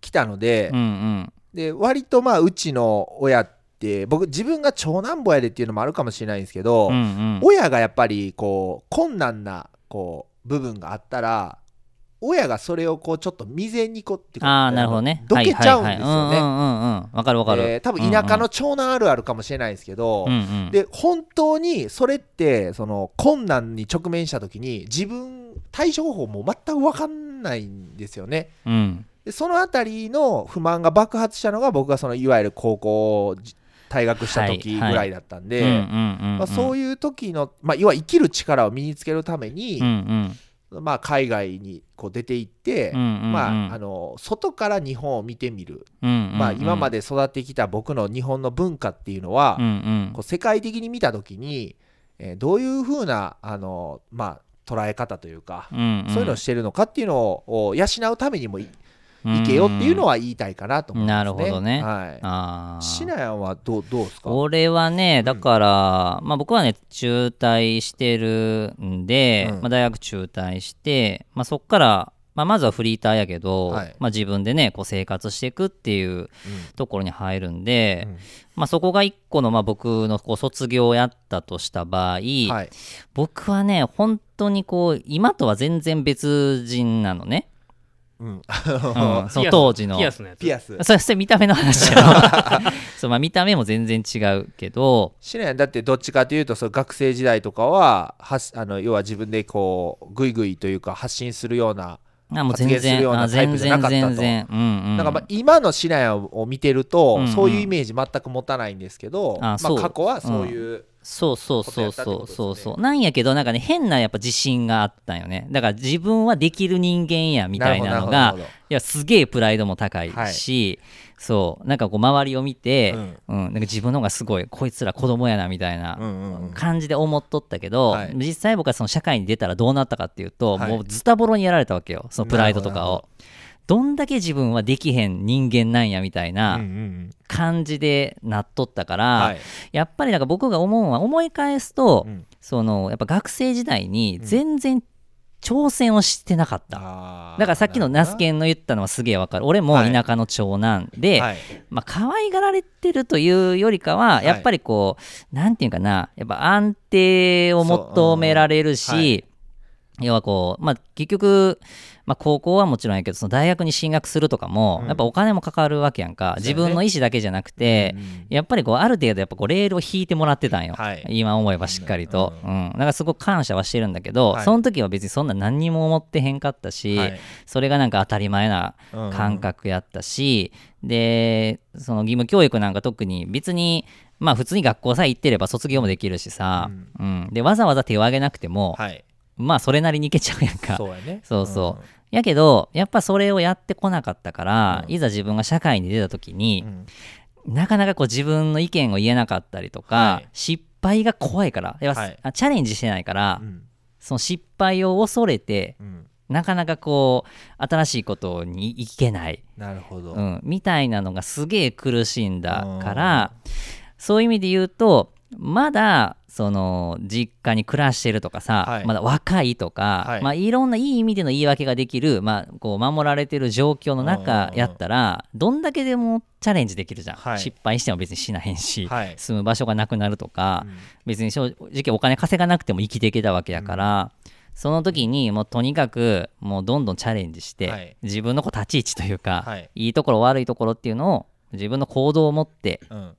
B: きたので、
A: うんうん
B: で割とまあうちの親って僕自分が長男坊やでっていうのもあるかもしれないんですけど、
A: うんうん
B: 親がやっぱりこう困難なこう部分があったら親がそれをこうちょっと未然にこうっていうか
A: ああなるほどね
B: どけちゃうんで
A: はいはいは
B: すよね。
A: いうんうんうんうんわかるわかる、
B: えー多分田舎の長男あるあるかもしれないですけど、
A: うんうん
B: で本当にそれってその困難に直面した時に自分対処方法も全く分かんないんですよね。
A: うん
B: でそのあたりの不満が爆発したのが僕がそのいわゆる高校じ退学した時ぐ
A: はいはい
B: らいだったんで、
A: うんうんうんうん
B: まあ、そう
A: い
B: いう時の、まあ、要は生きる力を身につけるために、
A: うんうん
B: まあ、海外にこう出て行って、
A: うんうん
B: まあ、あの外から日本を見てみる、
A: うんうん
B: まあ、今まで育ってきた僕の日本の文化っていうのは、
A: うんうん
B: こう世界的に見た時に、えーどういうふうなあの、まあ、捉え方というか、
A: うんん
B: そういうのをしてるのかっていうのをを養うためにもい
A: うん
B: 行けよっていうのは言いたいかなと思います、ね、
A: なるほどね
B: は
A: あー
B: い、シナヤンはどうどうですか
A: 俺はね、だから、まあ僕はね、中退してるんで、
B: うん
A: まあ大学中退して、まあそっから、まあまずはフリーターやけど、
B: はい
A: まあ自分でね、こう生活していくっていうところに入るんで、
B: うん
A: まあそこが一個の、まあ僕のこう卒業をやったとした場合、
B: はい
A: 僕はね、本当にこう、今とは全然別人なのね。
B: うん、
A: うん、その当時の。
C: ピアスのやつ
B: ピアス
A: そして見た目の話 やろそう、まあ見た目も全然違うけど、
B: シナヤンだってどっちかというとそう学生時代とかははしあの要は自分でこうグイグイというか発信するような
A: あもう全
B: 発言する
A: 然、
B: ような
A: あ
B: タイ
A: 全
B: プじゃな
A: 然
B: かったと
A: 全然、うんうん、
B: なんかまあ今のシナヤンを見てると、
A: うんうん
B: そういうイメージ全く持たないんですけど、
A: あ
B: まあ、
A: そう
B: 過去はそういう、
A: そうそうそう
B: ことやった
A: そ
B: ってこと
A: う
B: ですね
A: そうそうなんやけどなんかね変なやっぱ自信があったんよねだから自分はできる人間やみたいなのが
B: なるほどなるほど
A: いやすげえプライドも高いし、そうなんかこう周りを見て、うんなんか自分の方がすごいこいつら子供やなみたいな、
B: うんうんうん
A: 感じで思っとったけど、
B: はい
A: 実際僕はその社会に出たらどうなったかっていうと、
B: はい
A: もうズタボロにやられたわけよそのプライドと
B: なる
A: か
B: ほどなる
A: を。どんだけ自分はできへん人間なんやみたいな
B: うんうんうん
A: 感じでなっとったから、
B: はい
A: やっぱりなんか僕が思うのは思い返すと、
B: うん
A: そのやっぱ学生時代に全然挑戦をしてなかった。
B: あー
A: だからさっきのナスケンの言ったのはすげえわかる俺も
B: はい
A: 田舎の長男で、
B: はい
A: まあ可愛がられてるというよりかは、
B: い
A: やっぱりこう、なんていうかな、やっぱ安定を求められるし、
B: そううんはい
A: 要はこう、まあ、結局、まあ、高校はもちろんやけど、その大学に進学するとかも、
B: うん
A: やっぱお金もかかるわけやんか、
B: そうやね
A: 自分の意思だけじゃなくて、
B: うん
A: やっぱりこうある程度やっぱこうレールを引いてもらってたんよ、
B: はい
A: 今思えばしっかりと、
B: う
A: うんだからすごく感謝はしてるんだけど、
B: はい
A: その時は別にそんな何にも思ってへんかったし、
B: はい
A: それがなんか当たり前な
B: うんうん
A: 感覚やったし、でその義務教育なんか特に別にまあ普通に学校さえ行ってれば卒業もできるしさ、うんでわざわざ手を挙げなくても、
B: はい
A: まあそれなりにいけちゃうやんか
B: そうやね
A: そうそう
B: うん
A: やけどやっぱそれをやってこなかったから、
B: うん
A: いざ自分が社会に出た時に
B: う、ん
A: なかなかこう自分の意見を言えなかったりとか、
B: はい
A: 失敗が怖いからやっぱ
B: はい
A: あチャレンジしてないから、
B: うん
A: その失敗を恐れて
B: うん
A: なかなかこう新しいことにいけない
B: なるほど、
A: うん、みたいなのがすげえ苦しんだからそういう意味で言うとまだその実家に暮らしてるとかさ、
B: はい
A: まだ若いとか、
B: はい
A: いまあ、いろんないい意味での言い訳ができる、まあ、こう守られてる状況の中やったらどんだけでもチャレンジできるじゃん、
B: はい
A: 失敗しても別にしなへんし、
B: はい
A: 住む場所がなくなるとか、
B: うん
A: 別に正直お金稼がなくても生きていけたわけやから、その時にもうとにかくもうどんどんチャレンジして、
B: はい
A: 自分のこう立ち位置というか、
B: はい
A: い、いところ悪いところっていうのを自分の行動を持って
B: うん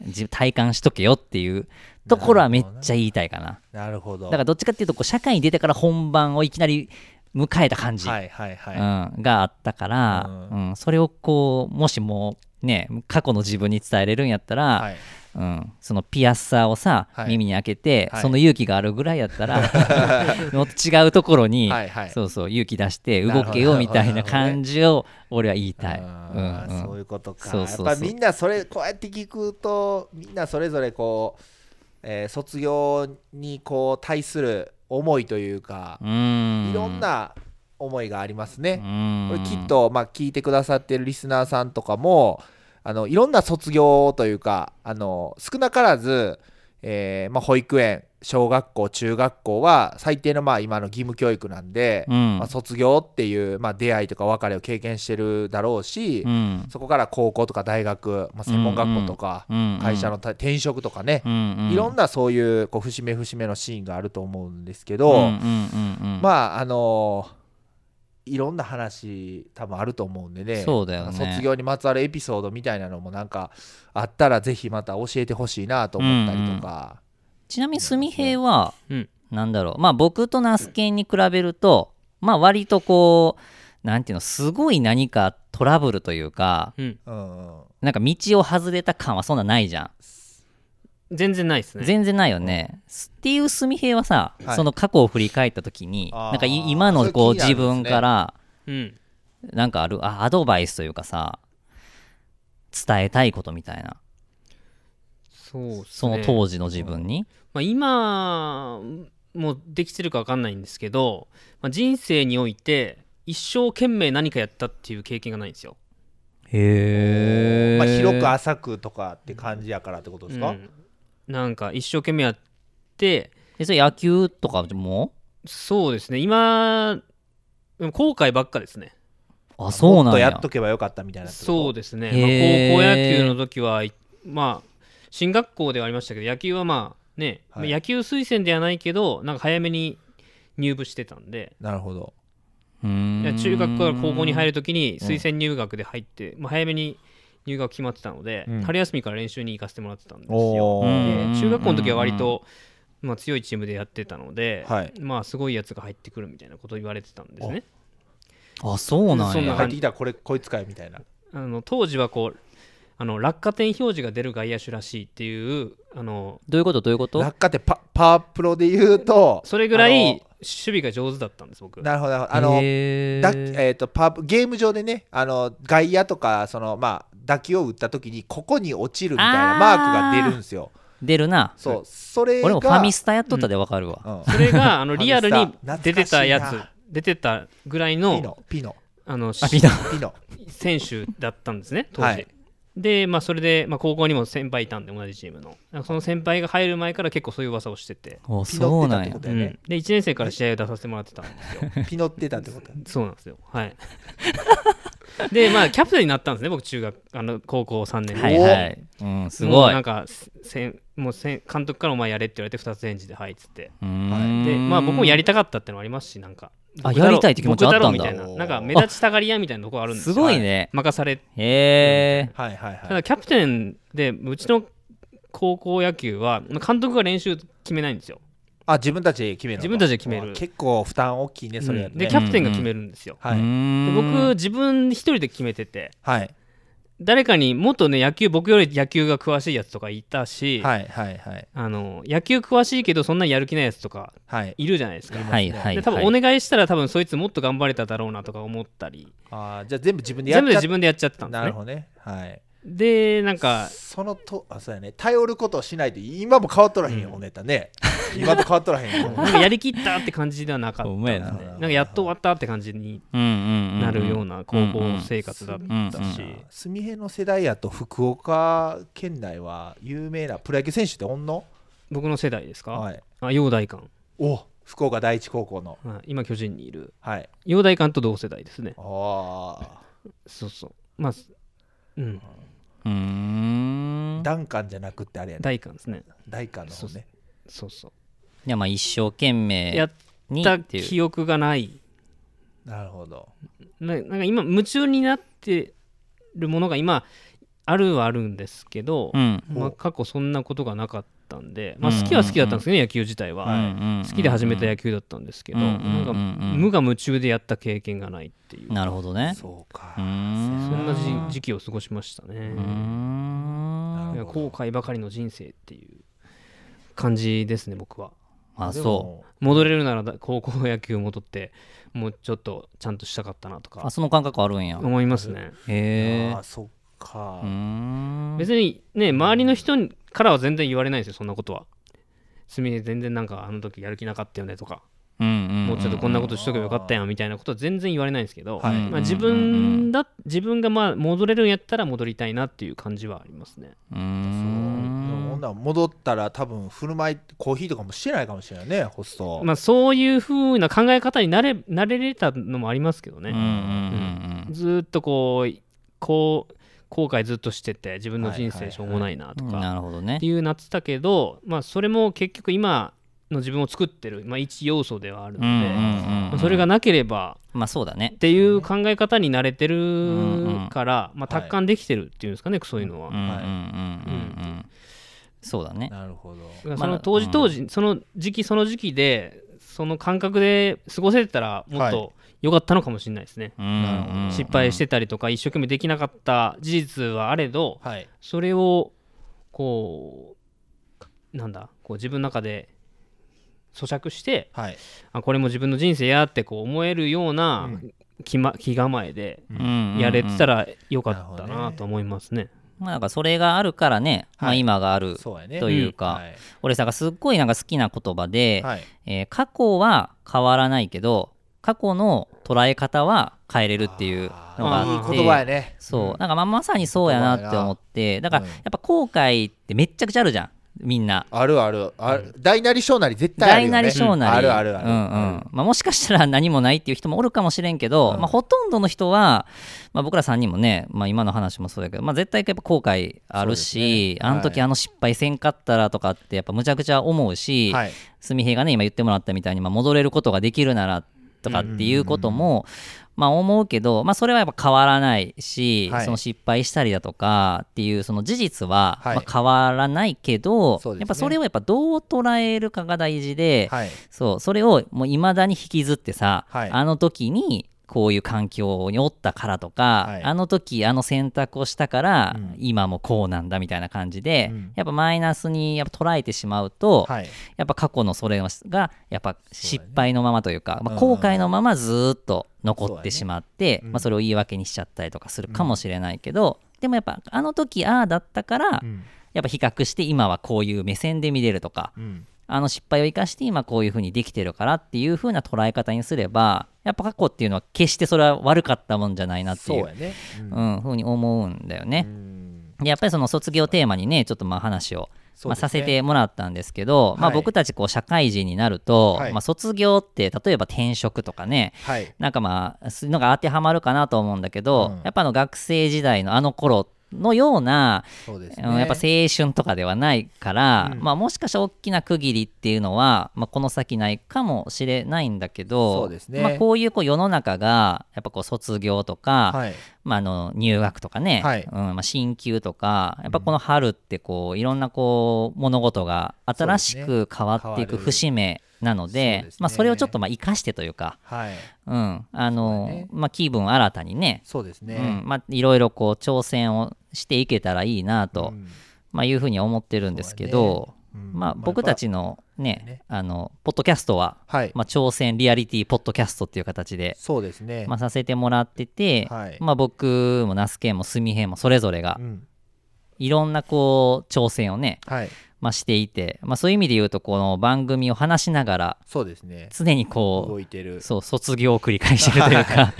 A: 自体感しとけよっていうところはめっちゃ言いたいかな
B: なるほど
A: だからどっちかっていうとこう社会に出てから本番をいきなり迎えた感じ、
B: はいはいはい、
A: うん、があったから、
B: う
A: うんそれをこうもしもうね過去の自分に伝えれるんやったら、
B: はい
A: うん、そのピアッサーをさ、
B: はい
A: 耳に開けて、
B: はい
A: その勇気があるぐらいやった らもっと違うところに、
B: はいはい
A: そうそう勇気出して
B: なるほ
A: 動
B: ど
A: けよみたいな
B: なるほどね
A: 感じを俺は言いたい。
B: あー
A: うんうん
B: そういうことか
A: そうそうそう
B: やっぱみんなそれこうやって聞くとみんなそれぞれこう、えー卒業にこう対する思いというか、
A: うん
B: いろんな思いがありますね、
A: うん
B: これきっと、まあ、聞いてくださってるリスナーさんとかもあのいろんな卒業というかあの少なからず、えーまあ、保育園小学校中学校は最低のまあ今の義務教育なんで、
A: うん
B: まあ、卒業っていう、まあ、出会いとか別れを経験してるだろうし、
A: うん
B: そこから高校とか大学、まあ、専門学校とか、
A: うん
B: 会社のた転職とかね、
A: うんうん
B: いろんなそういうこう節目節目のシーンがあると思うんですけど、
A: うんうんうんうん
B: まああのいろんな話多分あると思うんでね
A: そうだよね
B: 卒業にまつわるエピソードみたいなのもなんかあったらぜひまた教えてほしいなと思ったりとか、
A: ちなみに純平は、
C: うん
A: なんだろうまあ僕とナスケンに比べると、まあ割とこうなんていうのすごい何かトラブルというか
C: うん、
B: うんうん
A: なんか道を外れた感はそんなないじゃん
C: 全然ないですね
A: 全然ないよね。っていうすみ平はさ、
B: はい
A: その過去を振り返った時に
B: あー
A: なんかい今のこう
B: そ
A: 自
B: れ気になるん
A: 分
B: ですね
A: から
C: うん
A: なんかあるあアドバイスというかさ伝えたいことみたいな
C: そうっすね
A: その当時の自分に。
C: まあ、今もできてるか分かんないんですけど、まあ、人生において一生懸命何かやったっていう経験がないんですよ。
A: へえ、
B: まあ、広く浅くとかって感じやからってことですか、
C: うんなんか一生懸命やって
A: えそれ野球とかも
C: そうですね今でも後悔ばっかですね。
A: あそうなん
B: もっとや
A: や
B: っとけばよかったみたいな
C: そう
B: で
C: ですね、
A: へー
C: まあ、高校野球の時はいまあ進学校ではありましたけど野球はまあね、
B: はい
C: まあ野球推薦ではないけどなんか早めに入部してたんで、
B: なるほど
A: うーん
C: 中学から高校に入るときに
A: うん
C: 推薦入学で入って、まあ、早めに入学決まってたので、
B: うん
C: 春休みから練習に行かせてもらってたんですよ
B: お
A: う
B: ー
A: ん
C: で中学校の時は割と、まあ、強いチームでやってたので、
B: はい
C: まあすごいやつが入ってくるみたいなことを言われてたんですね
A: あそうなん
C: そん
A: や
C: な
B: 入
C: 感
B: ってきたらこれこいつかよみたいな
C: あの当時はこうあの落下点表示が出る外野手らしいっていうあの
A: どういうことどういうこと
B: 落下ってパパワープロで言うと
C: それぐらい
B: あの
C: 守備が上手だったんです僕
B: なるほどなるほどあの
A: へー
B: だえー、とパーゲーム上でねあの外野とかその、まあ、打球を打った時にここに落ちるみたいな
A: あー
B: マークが出るんですよ
A: 出るな
B: そうそれが
A: 俺もファミスタやっとったでわかる
B: う
A: わ、
B: ん
C: それがあのリア ル
B: あの
C: に
B: さ懐かしい
C: 出
B: な
C: てたやつ出てたぐらい
B: ピ
C: の
B: ノピノ
C: あの
A: あ見た
B: ピ ノ
C: 選手だったんで すね当時、
B: はい
C: で、まあ、それで、まあ、高校にも先輩いたんで同じチームのなんかその先輩が入る前から結構そういう噂をしてて、
A: お
B: ピ
A: そ
B: ノっ
A: う
B: て
A: な
B: たっ
A: ん
B: て
A: や
B: こと
C: う
B: だよね
C: ん、で1年生から試合を出させてもらってたんですよ
B: ピノってたってことだ
C: そうなんですよはいでまあキャプテンになったんですね僕中学あの高校3年で
A: はいはい、うん、す
C: も
A: ご
C: う
A: い
C: なんかせんもうせん監督からお前やれって言われて2つ返事ではいっつって
A: うーん
C: でまあ僕もやりたかったってのもありますしなんか
A: あ
C: 僕だろ
A: やりたいって気持ちあったんだ
C: 僕ろみたいななんか目立ちたがり屋みたいなとこあるんです
A: す
C: よ
A: ごいね、
C: 任され
A: へえ
B: はいはいは
C: た
B: い
C: だキャプテンでうちの高校野球は監督が練習決めないんですよ
B: あ自分たちで決めるのか
C: 自分たちで決める
B: あ結構負担大きいねそれや
C: う
B: と
C: んで
B: ね
C: キャプテンが決めるんですよ、
B: はい
C: で僕自分一人で決めてて
B: はい
C: 誰かにもっとね野球僕より野球が詳しいやつとかいたし、
B: はいはいはい
C: あの野球詳しいけどそんなやる気ないやつとか
B: はい
C: いるじゃないですか、
A: はいはいはい
C: で多分お願いしたら多分そいつもっと頑張れただろうなとか思ったり
B: あーじゃあ全部自分でやっ
C: 全部
B: ち
C: で
B: ゃっ
C: 自分でやっちゃってたんで
B: な
C: す
B: る
C: ね
B: ほどねはい
C: でな んか
B: そのとあそうやね頼ることをしないと今も変わっとらへんよ、
C: うん
B: おネタね今と変わっとらへん よ、
C: なんかやりきったって感じではなかった
A: お
C: ん
A: 前
C: で
A: や
C: な
A: なん
C: かやっと終わったって感じにな
A: な
C: るような高校生活だったし
A: うんうん
B: すみへの世代やと福岡県内は有名なプロ野球選手っておんの、
C: 僕の世代ですか
B: はい、
C: あ陽大館
B: お福岡第一高校の
C: はい今巨人にいる
B: はい
C: 陽大館と同世代ですね
B: あ
C: そうそうまあうん
A: うー
B: あ
A: ん
B: ダンカンじゃなくってあれやね
C: 大館ですね
B: 大館の方ね
C: そうそ
A: いやまあ一生懸
C: う
A: 命
C: やっ
A: に
C: た
A: っていう
C: 記憶がない
B: なるほど
C: ななんか今夢中になってるものが今あるはあるんですけど、
A: うん
C: まあ、
B: お
C: 過去そんなことがなかったんで、まあ、
A: うんうん
C: 好きは好きだったんですけどね、野球自体は、好きで始めた野
A: 球
C: 球だったんですけど、
A: うんうんうんうん
C: なんか無我夢中でやった経験がないっていう、
A: なるほどね
B: そうか
A: うー
C: そ
A: ん
C: んなじ時期を過ごしましたね、
A: うーん
C: いや後悔ばかりの人生っていう感じですね僕は
A: あそう
C: 戻れるならだ高校野球戻ってもうちょっとちゃんとしたかったなと
A: うあ
C: か
A: その感覚あるんや
C: 思いますね
A: へえ
B: ああそっか、
A: うーん
C: 別にね周りの人にからは全然言われないですよそんなことは。すみれ全然なんかあの時やる気なかったよねとか、も
A: も
C: うちょっとこんなことしとけばよかったやんみたいなことは全然言われないんですけど、
B: はい
C: まあ、自分だ自分がまあ戻れるんやったら戻りたいなっていう感じはありますね。
A: うー
B: でもほん
A: ん
B: なら戻ったら多分振る舞いコーヒーとかもしてないかもしれないねホスト、
C: まあ、そういうふうな考え方になれなれれたのもありますけど
A: うんう
C: ね、
A: ん
C: ずーっとこうこう後悔ずっとしてて自分の人
B: はいはいは
C: 生
B: い
C: しょうもないなと
A: うん
C: か、
A: なるほどね
C: っていうなってたけど、まあ、それも結局今の自分を作ってる、まあ、一要素ではあるの
A: う
C: で、
A: んうんうんう
C: まあ
A: ん
C: それがなければ
A: まあそうだね
C: っていう考え方に慣れて
A: んう
C: る
A: ん
C: から、まあ、
B: はい
C: 達観できてるっていうんですかね、そういうのは。
A: うんうんうんうんうんそうだね
B: なるほど
C: だからその当時当時、その時期その時期でその感覚で過ごせてたらもっ
B: は
C: と良かったのかもしれないですね。
B: るほど
A: 失
C: 失敗してたりとか一生懸命できなかった事実はあれど
B: はい
C: それをこうなんだこう自分の中で咀嚼して
B: はい
C: あこれも自分の人生やってこう思えるような
B: うん
C: 気,、ま、気構えでや
A: や
C: れてた
A: ら、
C: らよかったなと思いますね。
A: まあ、なんかそれがあるからね、ま
B: は
A: あ、
B: い
A: 今がある
B: そうやね
A: というか、
B: はい
A: 俺さがすっごいなんか好きな言葉で、
B: はい
A: えー過去は変わらないけど過去の捉え方は変えれるっていうのがあって
B: いい言葉やね
A: そうなんかまあまさにそうやなって思ってだから
B: うん
A: やっぱ後悔ってめっちゃくちゃあるじゃんみんな。
B: あるあるある大なり小なり絶対ある
A: 大
B: よね
A: なり小なり、
B: あるあるある
A: うんうんまあ、もしかしたら何もないっていう人もおるかもしれんけど、
B: うん
A: まあ、ほとんどの人は、まあ、僕ら3人もね、まあ、今の話もそうだけど、まあ、絶対やっぱ後悔あるし、
B: そうですねはい
A: あの時あの失敗せんかったらとかってやっぱむちゃくちゃ思うし、
B: はい
A: すみへいがね今言ってもらったみたいに、まあ、戻れることができるならとかっていうことも、まあ、思うけど、まあ、それはやっぱ変わらないし、
B: はい
A: その失敗したりだとかっていうその事実は、
B: はい
A: まあ、変わらないけど、
B: そうですね
A: やっぱそれをやっぱどう捉えるかが大事で、
B: はい
A: そうそれをもう未だに引きずってさ、
B: はい
A: あの時にこういう環境におったからとか、
B: はい
A: あの時あの選択をしたから、
B: うん
A: 今もこうなんだみたいな感じで、
B: うん
A: やっぱマイナスにやっぱ捉えてしまうと、
B: はい
A: やっぱ過去のそれがやっぱ失敗のままというかまあ、
B: うん
A: 後悔のままずーっと残ってしまって
B: そうだねうん
A: まあ、それを言い訳にしちゃったりとかするかもしれないけど、でもやっぱあの時ああだったから、
B: うん
A: やっぱ比較して今はこういう目線で見れるとか
B: うん
A: あの失敗を生かして今こういうふうにできてるからっていうふうな捉え方にすればやっぱ過去っていうのは決してそれは悪かったもんじゃないなってい
B: そう
A: う
B: やね
A: う、ん、ふうに思うんだよ
B: う
A: ね。
B: ん
A: でやっぱりその卒業テーマにねちょっとまあ話を
B: そう
A: まあ、
B: です
A: さ
B: ね
A: せてもらったんですけど、まあ、
B: はい
A: 僕たちこう社会人になると、
B: はい
A: まあ、卒業って例えば転職とかね
B: はい
A: なんかまあそういうのが当てはまるかなと思うんだけど、
B: うん
A: やっぱあの学生時代のあの頃のような、
B: そうです
A: うん
B: ね
A: やっぱ青春とかではないから、
B: うん
A: まあ、もしかしたら大きな区切りっていうのは、まあ、この先ないかもしれないんだけど
B: そうですね
A: まあ、こういうこう世の中がやっぱこう卒業とか、
B: はい
A: まあ、あの入学とかね、
B: はい
A: うんまあ、進級とかやっぱこの春ってこういろんなこう物事が新しく変わってい
B: そうですね変わ
A: く
B: る
A: 節目なので
B: そうですね
A: まあ、それをちょっとまあ生かしてというか、
B: はい
A: うんあの
B: そうだね
A: まあ、気分を新たにね
B: そうですね
A: うんまあ、いろいろこう挑戦をしていけたらいいなと、
B: うん
A: まあ、いうふうに思ってるんですけど、
B: うん
A: まあ、僕たちの、ね
B: ね
A: あのポッドキャストは、
B: はい
A: まあ、挑戦リアリティポッドキャストっていう形で
B: そうですね
A: まあ、させてもらってて、
B: はい
A: まあ、僕も那須研もすみへんもそれぞれが
B: うん
A: いろんなこう挑戦をね、
B: はい
A: まあ、していて、まあ、そういう意味で言うとこの番組を話しながら
B: そうですね
A: 常にこ
B: 動いて
A: う
B: る
A: そう卒業を繰り返してるというか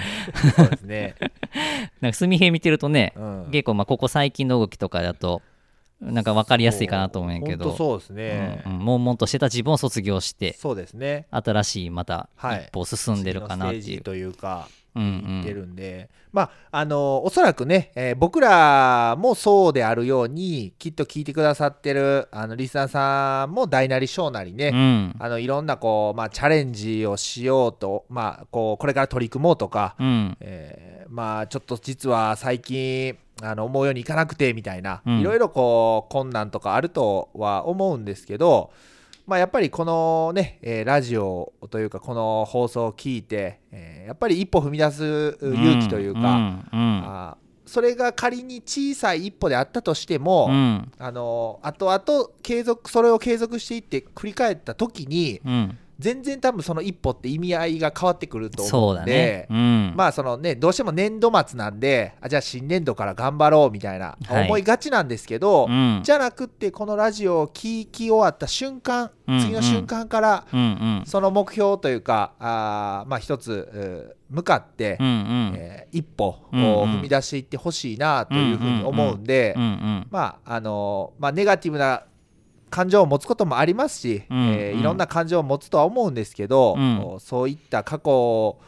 B: そうですね
A: なんかすみへん見てるとね、
B: うん
A: 結構まあここ最近の動きとかだとなんか分かりやすいかなと思うんやけ
B: ほん
A: ど
B: とそうですね
A: うんうん悶々としてた自分を卒業して
B: そうですね
A: 新しいまた
B: はい
A: 一歩進んでるかなって
B: 次
A: い
B: のステージ
A: う。
B: というか
A: うんうん
B: 言ってるんで、まああのおそらくね、えー僕らもそうであるようにきっと聞いてくださってるあのリスナーさんも大なり小なりね、
A: うん
B: あのいろんなこう、まあ、チャレンジをしようと、まあ、こうこれから取り組もうとか、
A: うん
B: えーまあちょっと実は最近あの思うようにいかなくてみたいな、
A: うん
B: いろいろこう困難とかあるとは思うんですけど、まあ、やっぱりこのね、えーラジオというかこの放送を聞いて、えーやっぱり一歩踏み出す勇気というか、
A: うんうんうん
B: あーそれが仮に小さい一歩であったとしても、
A: うん
B: あの後々継続それを継続していって繰り返った時に
A: うん、
B: 全然多分その一歩って意味合いが変わってくると
A: そ
B: 思
A: う
B: う
A: だ
B: ん
A: ね
B: で。。
A: うん、
B: まあそのねどうしても年度末なんであじゃあ新年度から頑張ろうみたいな
A: はい
B: 思いがちなんですけど、
A: うん、
B: じゃなくってこのラジオを聞き終わった瞬間、
A: うん
B: 次の瞬間から
A: うんうん
B: その目標というかあーまあ一つうー向かって、
A: うんうん
B: えー一歩を
A: うんうん
B: 踏み出していってほしいなというふうに思うんで、
A: うんうん
B: まああのまあ、ネガティブな感情を持つこともありますし、
A: うん
B: えー
A: うん
B: いろんな感情を持つとは思うんですけど、
A: うん
B: こうそういった過去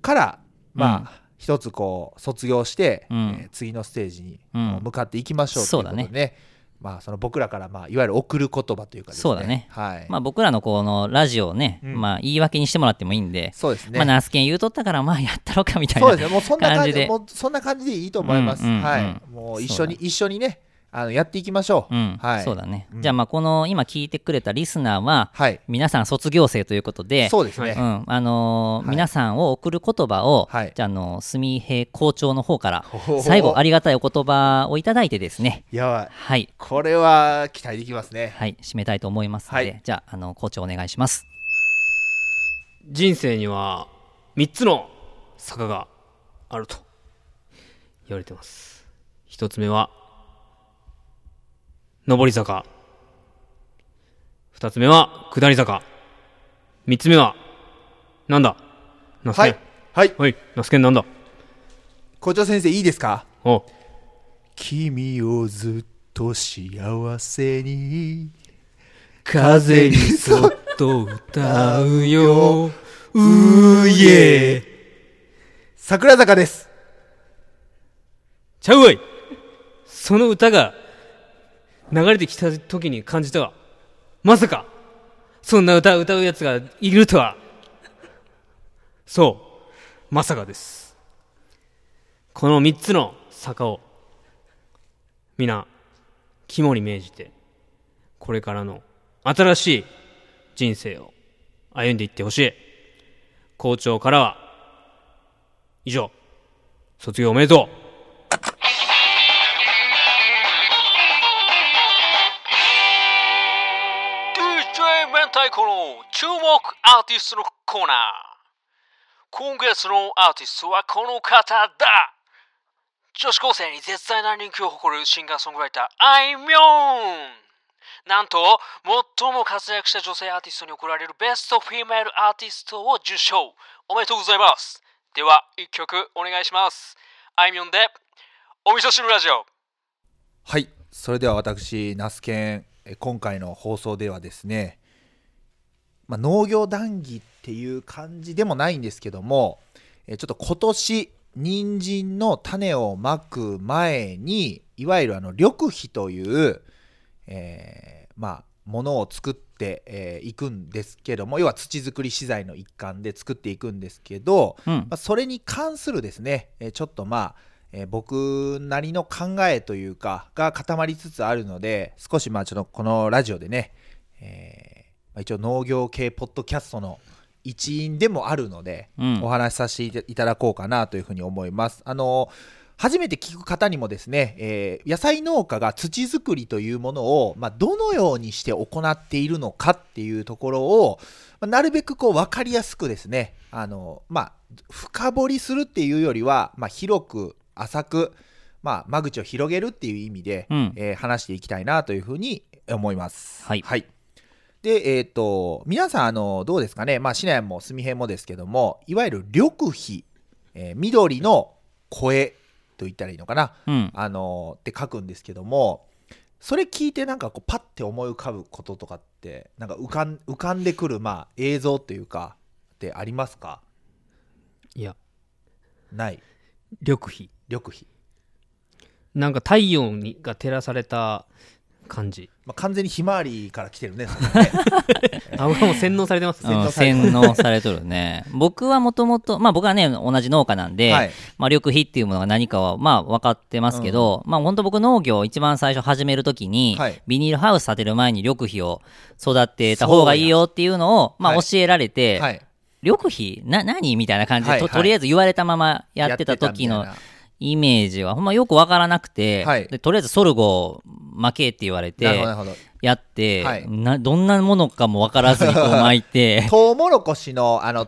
B: から、まあ一つこう卒業して、
A: うん
B: えー次のステージに
A: うん
B: 向かっていきましょうということでね,、
A: そう
B: まあ、その僕らから、まあ、いわゆる送る言葉というかですね
A: そうだね
B: はい
A: まあ僕らのこのラジオをね、
B: うん
A: まあ言い訳にしてもらってもいいんで、
B: そうですね、
A: まあナスケン言うとったからまあやったろかみたい
B: そう
A: な。
B: ですねもうそんな感
A: 感
B: じ
A: じで
B: もうそんな感じでいいと思います、
A: うんうんうん
B: はい、もう一緒に
A: そ
B: 一緒にねあのやっていきましょう、
A: うん、
B: はい
A: そうだね。
B: うん
A: じゃあまあこの今聞いてくれたリスナーは
B: はい
A: 皆さん卒業生ということで、
B: そうですね、
C: はいう
A: うん、あのー
B: はい
A: 皆さんを送る言葉を、
B: はい
A: じゃああのすみへ校長の方から
B: おー
A: 最後ありがたいお言葉をいただいてですね、
B: やばい
A: はい
B: これは期待できますね。
A: はい締めたいと思いますので、
B: はい
A: じゃああの校長お願いします。
C: 人生には3つの坂があると言われてます1つ目は上り坂2つ目は下り坂3つ目はなんだナスケ
B: は
C: ン
B: い。はい。
C: はいナスケンなんだ
B: 校長先生、いいですか
C: お う
B: 君をずっと幸せに風にそっ
C: と歌うよ
B: うえ桜坂です
C: ちゃうわいその歌が流れてきた時に感じたわまさかそんな歌を歌うやつがいるとはそうまさかですこの3つの坂を皆肝に銘じてこれからの新しい人生を歩んでいってほしい校長からは以上卒業おめでとう明太子の注目アーティストのコーナー今月のアーティストはこの方だ女子高生に絶大な人気を誇るシンガーソングライターあいみょんなんと最も活躍した女性アーティストに贈られるベストフィメールアーティストを受賞おめでとうございますでは1曲お願いしますあいみょんでお味噌汁ラジオ
B: はいそれでは私那須研え今回の放送ではですね、まあ、農業談義っていう感じでもないんですけどもえちょっと今年人参の種をまく前にいわゆるあの緑肥という、えーまあものを作ってえーいくんですけども要は土作り資材の一環で作っていくんですけど、
A: うん
B: まあ、それに関するですね、えーちょっとまあ、えー僕なりの考えというかが固まりつつあるので少しまあちょっとこのラジオでね、えーまあ、一応農業系ポッドキャストの一員でもあるので、
A: うん
B: お話しさせていただこうかなというふうに思います。あの初めて聞く方にもですね、えー野菜農家が土作りというものを、まあ、どのようにして行っているのかっていうところを、まあなるべくこう分かりやすくですねあの、まあ、深掘りするっていうよりは、まあ、広く浅く、まあ、間口を広げるっていう意味で、
A: うん
B: えー話していきたいなというふうに思います。
A: はい
B: で、えっ、と、皆さん、あの、どうですかね、まあ、シナヤンもスミヘンもですけども、いわゆる緑肥、えー緑の声と言ったらいいのかな、
A: うん
B: あのって書くんですけども、それ聞いてなんかこうパッて思い浮かぶこととかってなんか浮かん浮かんでくるまあ映像というかってありますか
C: いや
B: ない
C: 緑肥
B: 緑肥、
C: なんか太陽にが照らされた 感じ。
B: まあ、完全にひまわりから来てるねそれね
C: あ、僕はもう洗脳されてます。
A: うん洗脳されとる ね僕はもともとまあ僕はね同じ農家なんで、
B: はい
A: まあ、緑肥っていうものが何かはまあ分かってますけど、まあ本当僕農業を一番最初始めるときに、
B: はい
A: ビニールハウス建てる前に緑肥を育てた方がいいよっていうのをまあ
B: はい
A: 教えられて、
B: はい
A: 緑肥な何みたいな感じで、と
B: はいはい
A: とりあえず言われたままやってた時
B: やっ
A: の
B: てたみたい
A: イメージはほんまよく分からなくて、
B: はい
A: でとりあえずソルゴ負けって言われ
B: ななるほ
A: て
B: どなるほど
A: やって、
B: はい
A: などんなものかも分からずにこ う巻いて
B: トウモロコシのあの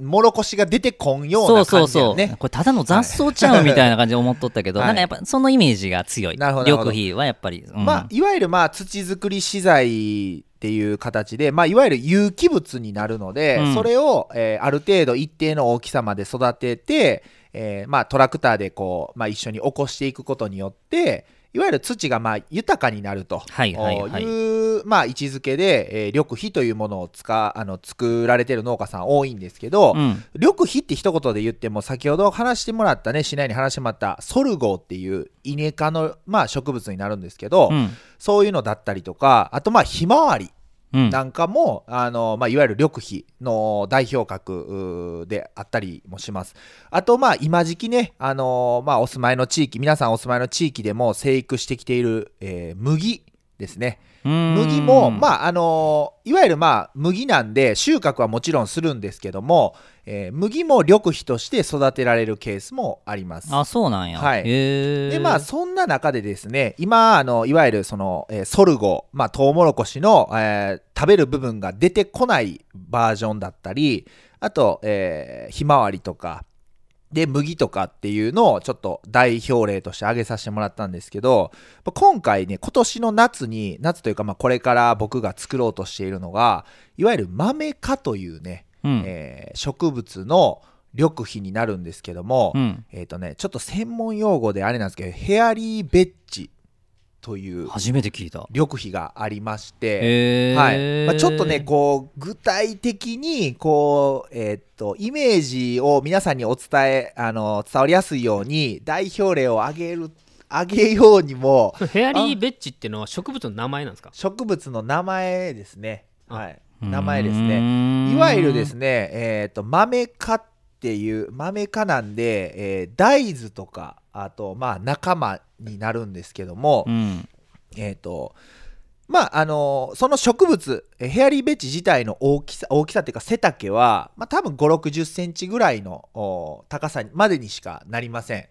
B: もろこしが出てこんよう
A: そ
B: な
A: うそ
B: 感
A: う
B: じだ
A: そ
B: よ
A: う、
B: ね
A: これただの雑草ちゃうみたいな感じで思っとったけど、
B: はい
A: なんかやっぱそのイメージが強い
B: なるほどなる
A: 緑
B: ほど
A: 肥はやっぱり、うん
B: まあ、いわゆるまあ土作り資材っていう形で、まあ、いわゆる有機物になるので、
A: うん
B: それを、えーある程度一定の大きさまで育てて、えーまあ、トラクターでこう、まあ、一緒に起こしていくことによっていわゆる土がまあ豊かになると
A: はいはいはい
B: いう、まあ、位置づけで、えー緑肥というものを使あの作られてる農家さん多いんですけど、
A: うん
B: 緑肥って一言で言っても先ほど話してもらったね市内に話してもらったソルゴっていうイネ科の、まあ、植物になるんですけど、
A: うん
B: そういうのだったりとかあとまあひまわり
A: うん
B: なんかも、あのまあ、いわゆる緑肥の代表格うーであったりもします。あと、まあ、今時期ね、あのまあ、お住まいの地域、皆さんお住まいの地域でも生育してきている、えー麦ですね。
A: うん
B: 麦も、まああのいわゆる、まあ、麦なんで収穫はもちろんするんですけども、えー麦も緑肥として育てられるケースもあります。
A: あそうなんや、
B: はい
A: へえ
B: でまあそんな中でですね今あのいわゆるその、えーソルゴ、まあ、トウモロコシの、えー食べる部分が出てこないバージョンだったりあと、えーひまわりとかで麦とかっていうのをちょっと代表例として挙げさせてもらったんですけど今回ね今年の夏に夏というか、まあ、これから僕が作ろうとしているのがいわゆる豆科というね、
A: うん
B: えー植物の緑肥になるんですけども、
A: うん
B: えっ、とねちょっと専門用語であれなんですけどヘアリーベッジという
A: 初めて聞いた
B: 緑肥がありまして、
A: へ
B: はい
A: え
B: まあ、ちょっとねこう具体的にこう、えっとイメージを皆さんにお伝えあの伝わりやすいように代表例を挙げる挙げようにも
C: ヘアリーベッジっていうのは植物の名前なんですか
B: 植物の名前ですね、はい、
A: うーん
B: 名前ですね。いわゆるですね、えー、と豆科っていう豆科なんで、えー大豆とかあとまあ仲間になるんですけども、
A: うん
B: えっ、とまああのその植物えーヘアリーベッジ自体の大きさ大きさっていうか背丈は、まあ、多分5 6 0センチぐらいのお高さまでにしかなりません。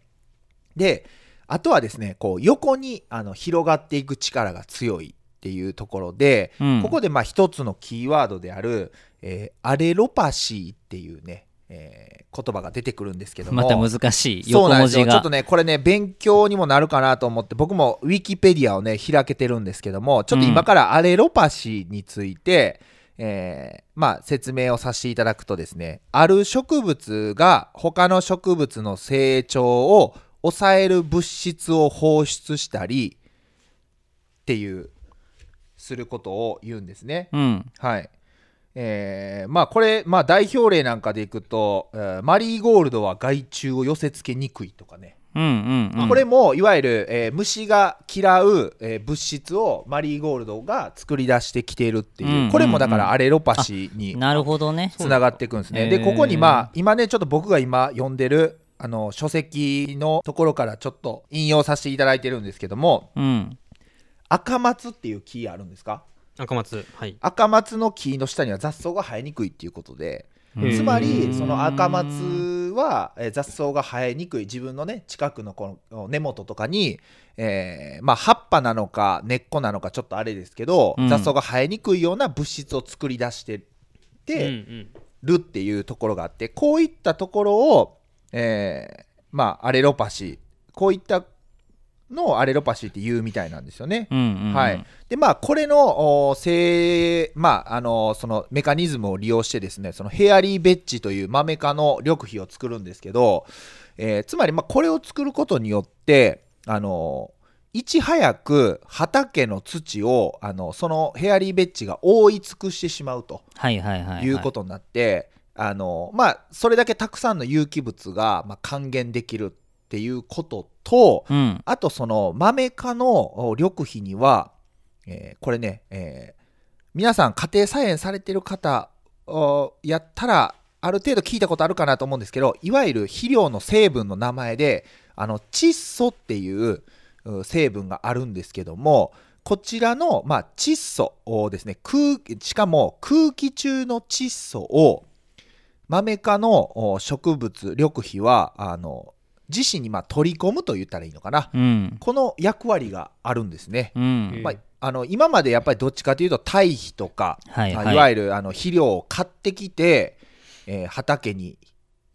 B: であとはですねこう横にあの広がっていく力が強いっていうところで、
A: うん
B: ここでまあ一つのキーワードである、えーアレロパシーっていうね、えー言葉が出てくるんですけども
A: また難しい
B: そう
A: 横
B: なん
A: 文
B: です
A: 字
B: よちょ
A: が
B: っとねこれね勉強にもなるかなと思って僕もウィキペディアをね開けてるんですけどもちょっと今からアレロパシーについて、えーまあ、説明をさせていただくとですねある植物が他の植物の成長を抑える物質を放出したりっていうすることを言うんですね。
A: うん
B: はい。えーまあこれ、まあ、代表例なんかでいくと、えーマリーゴールドは害虫を寄せ付けにくいとかね、
A: うんうんうん
B: これもいわゆる、えー虫が嫌う、えー物質をマリーゴールドが作り出してきているっていう、
A: うんうんうん
B: これもだからアレロパシーに
A: なるほどね
B: つながっていくんですね。
A: へ
B: で
A: ー
B: ここにまあ今ねちょっと僕が今読んでるあの書籍のところからちょっと引用させていただいてるんですけども
A: うん
B: 赤松っていう木あるんですか
C: 赤松はい
B: 赤松の木の下には雑草が生えにくいっていうことで
C: へー
B: つまりその赤松はえー雑草が生えにくい自分のね近くのこの根元とかに、えーまあ、葉っぱなのか根っこなのかちょっとあれですけど、
A: うん
B: 雑草が生えにくいような物質を作り出して
C: うんう
B: て
C: ん
B: るっていうところがあってこういったところを、えーまあアレロパシーこういったのをアレロパシーって言うみたいなんですよね。
A: うんうんうん
B: はい、でまあこれのおせまああのそのメカニズムを利用してですねそのヘアリーベッジというマメ科の緑肥を作るんですけど、えーつまりまあこれを作ることによってあのいち早く畑の土をあのそのヘアリーベッジが覆い尽くしてしまうと
A: はいはいはいはい
B: いうことになって、あのまあそれだけたくさんの有機物がまあ還元できるっていうことと、
A: うん
B: あとその豆科のお緑肥には、えーこれね、えー皆さん家庭菜園されてる方おやったらある程度聞いたことあるかなと思うんですけどいわゆる肥料の成分の名前であの窒素っていうう成分があるんですけどもこちらの、まあ、窒素をですね空しかも空気中の窒素を豆科のお植物緑肥はあの自身にまあ取り込むと言ったらいいのかな、
A: うん
B: この役割があるんですね。
A: うん
C: うん
B: まあ、あの今までやっぱりどっちかというと堆肥とか、
A: はい
B: ま
A: は
B: あ
A: い
B: いわゆるあの肥料を買ってきて、えー畑に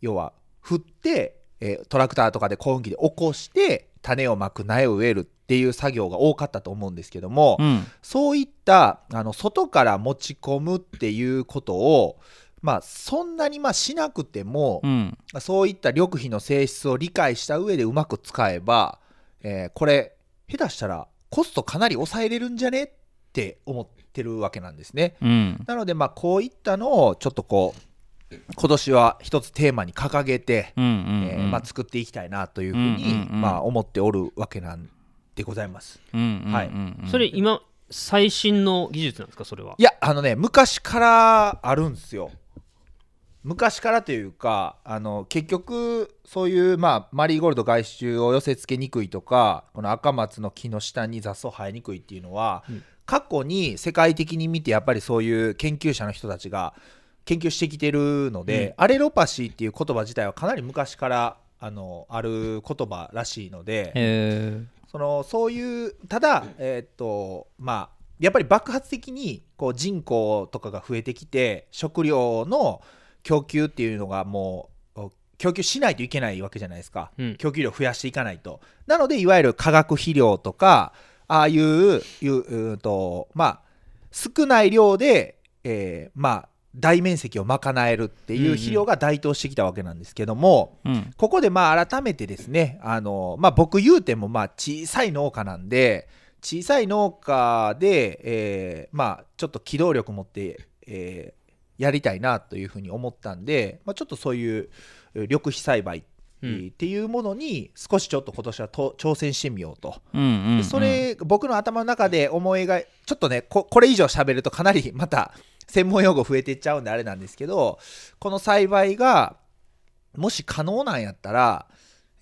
B: 要は振って、えートラクターとかで耕運機で起こして種をまく苗を植えるっていう作業が多かったと思うんですけども、
A: うん
B: そういったあの外から持ち込むっていうことを、まあ、そんなにまあしなくても、
A: うん
B: そういった緑肥の性質を理解した上でうまく使えば、えーこれ下手したらコストかなり抑えれるんじゃねって思ってるわけなんですね。
A: うん
B: なのでまあこういったのをちょっとこう今年は一つテーマに掲げて、
A: うんうん
B: えーまあ、作っていきたいなというふう
A: うん
B: に、
A: うんうん
B: まあ、思っておるわけなんでございます。
A: うんうん
B: はい
A: うんうん
C: それ今最新の技術なんですかそれはい
B: やあのね昔からあるんですよ。昔からというかあの結局そういう、まあ、マリーゴールド外周を寄せ付けにくいとかこの赤松の木の下に雑草生えにくいっていうのは、
C: うん
B: 過去に世界的に見てやっぱりそういう研究者の人たちが研究してきてるので、アレロパシーっていう言葉自体はかなり昔からあのある言葉らしいので。
A: へー
B: そのそういうただえーっとまあやっぱり爆発的にこう人口とかが増えてきて食料の供給っていうのがもうお供給しないといけないわけじゃないですか
C: うん
B: 供給量増やしていかないとなのでいわゆる化学肥料とかああいういううーんとまあ少ない量で、えーまあ大面積を賄えるっていう肥料が台頭してきたわけなんですけども、
A: うん
B: ここでまあ改めてですね、あのまあ、僕言うてもまあ小さい農家なんで小さい農家で、えーまあ、ちょっと機動力持って、えーやりたいなというふうに思ったんで、まあ、ちょっとそういうえー緑肥栽培え
C: うん
B: ーっていうものに少しちょっと今年はと挑戦してみようと。
A: うんうんうん
B: でそれ、僕の頭の中で思い描いちょっとねここれ以上喋るとかなりまた専門用語増えていっちゃうんであれなんですけどこの栽培がもし可能なんやったら、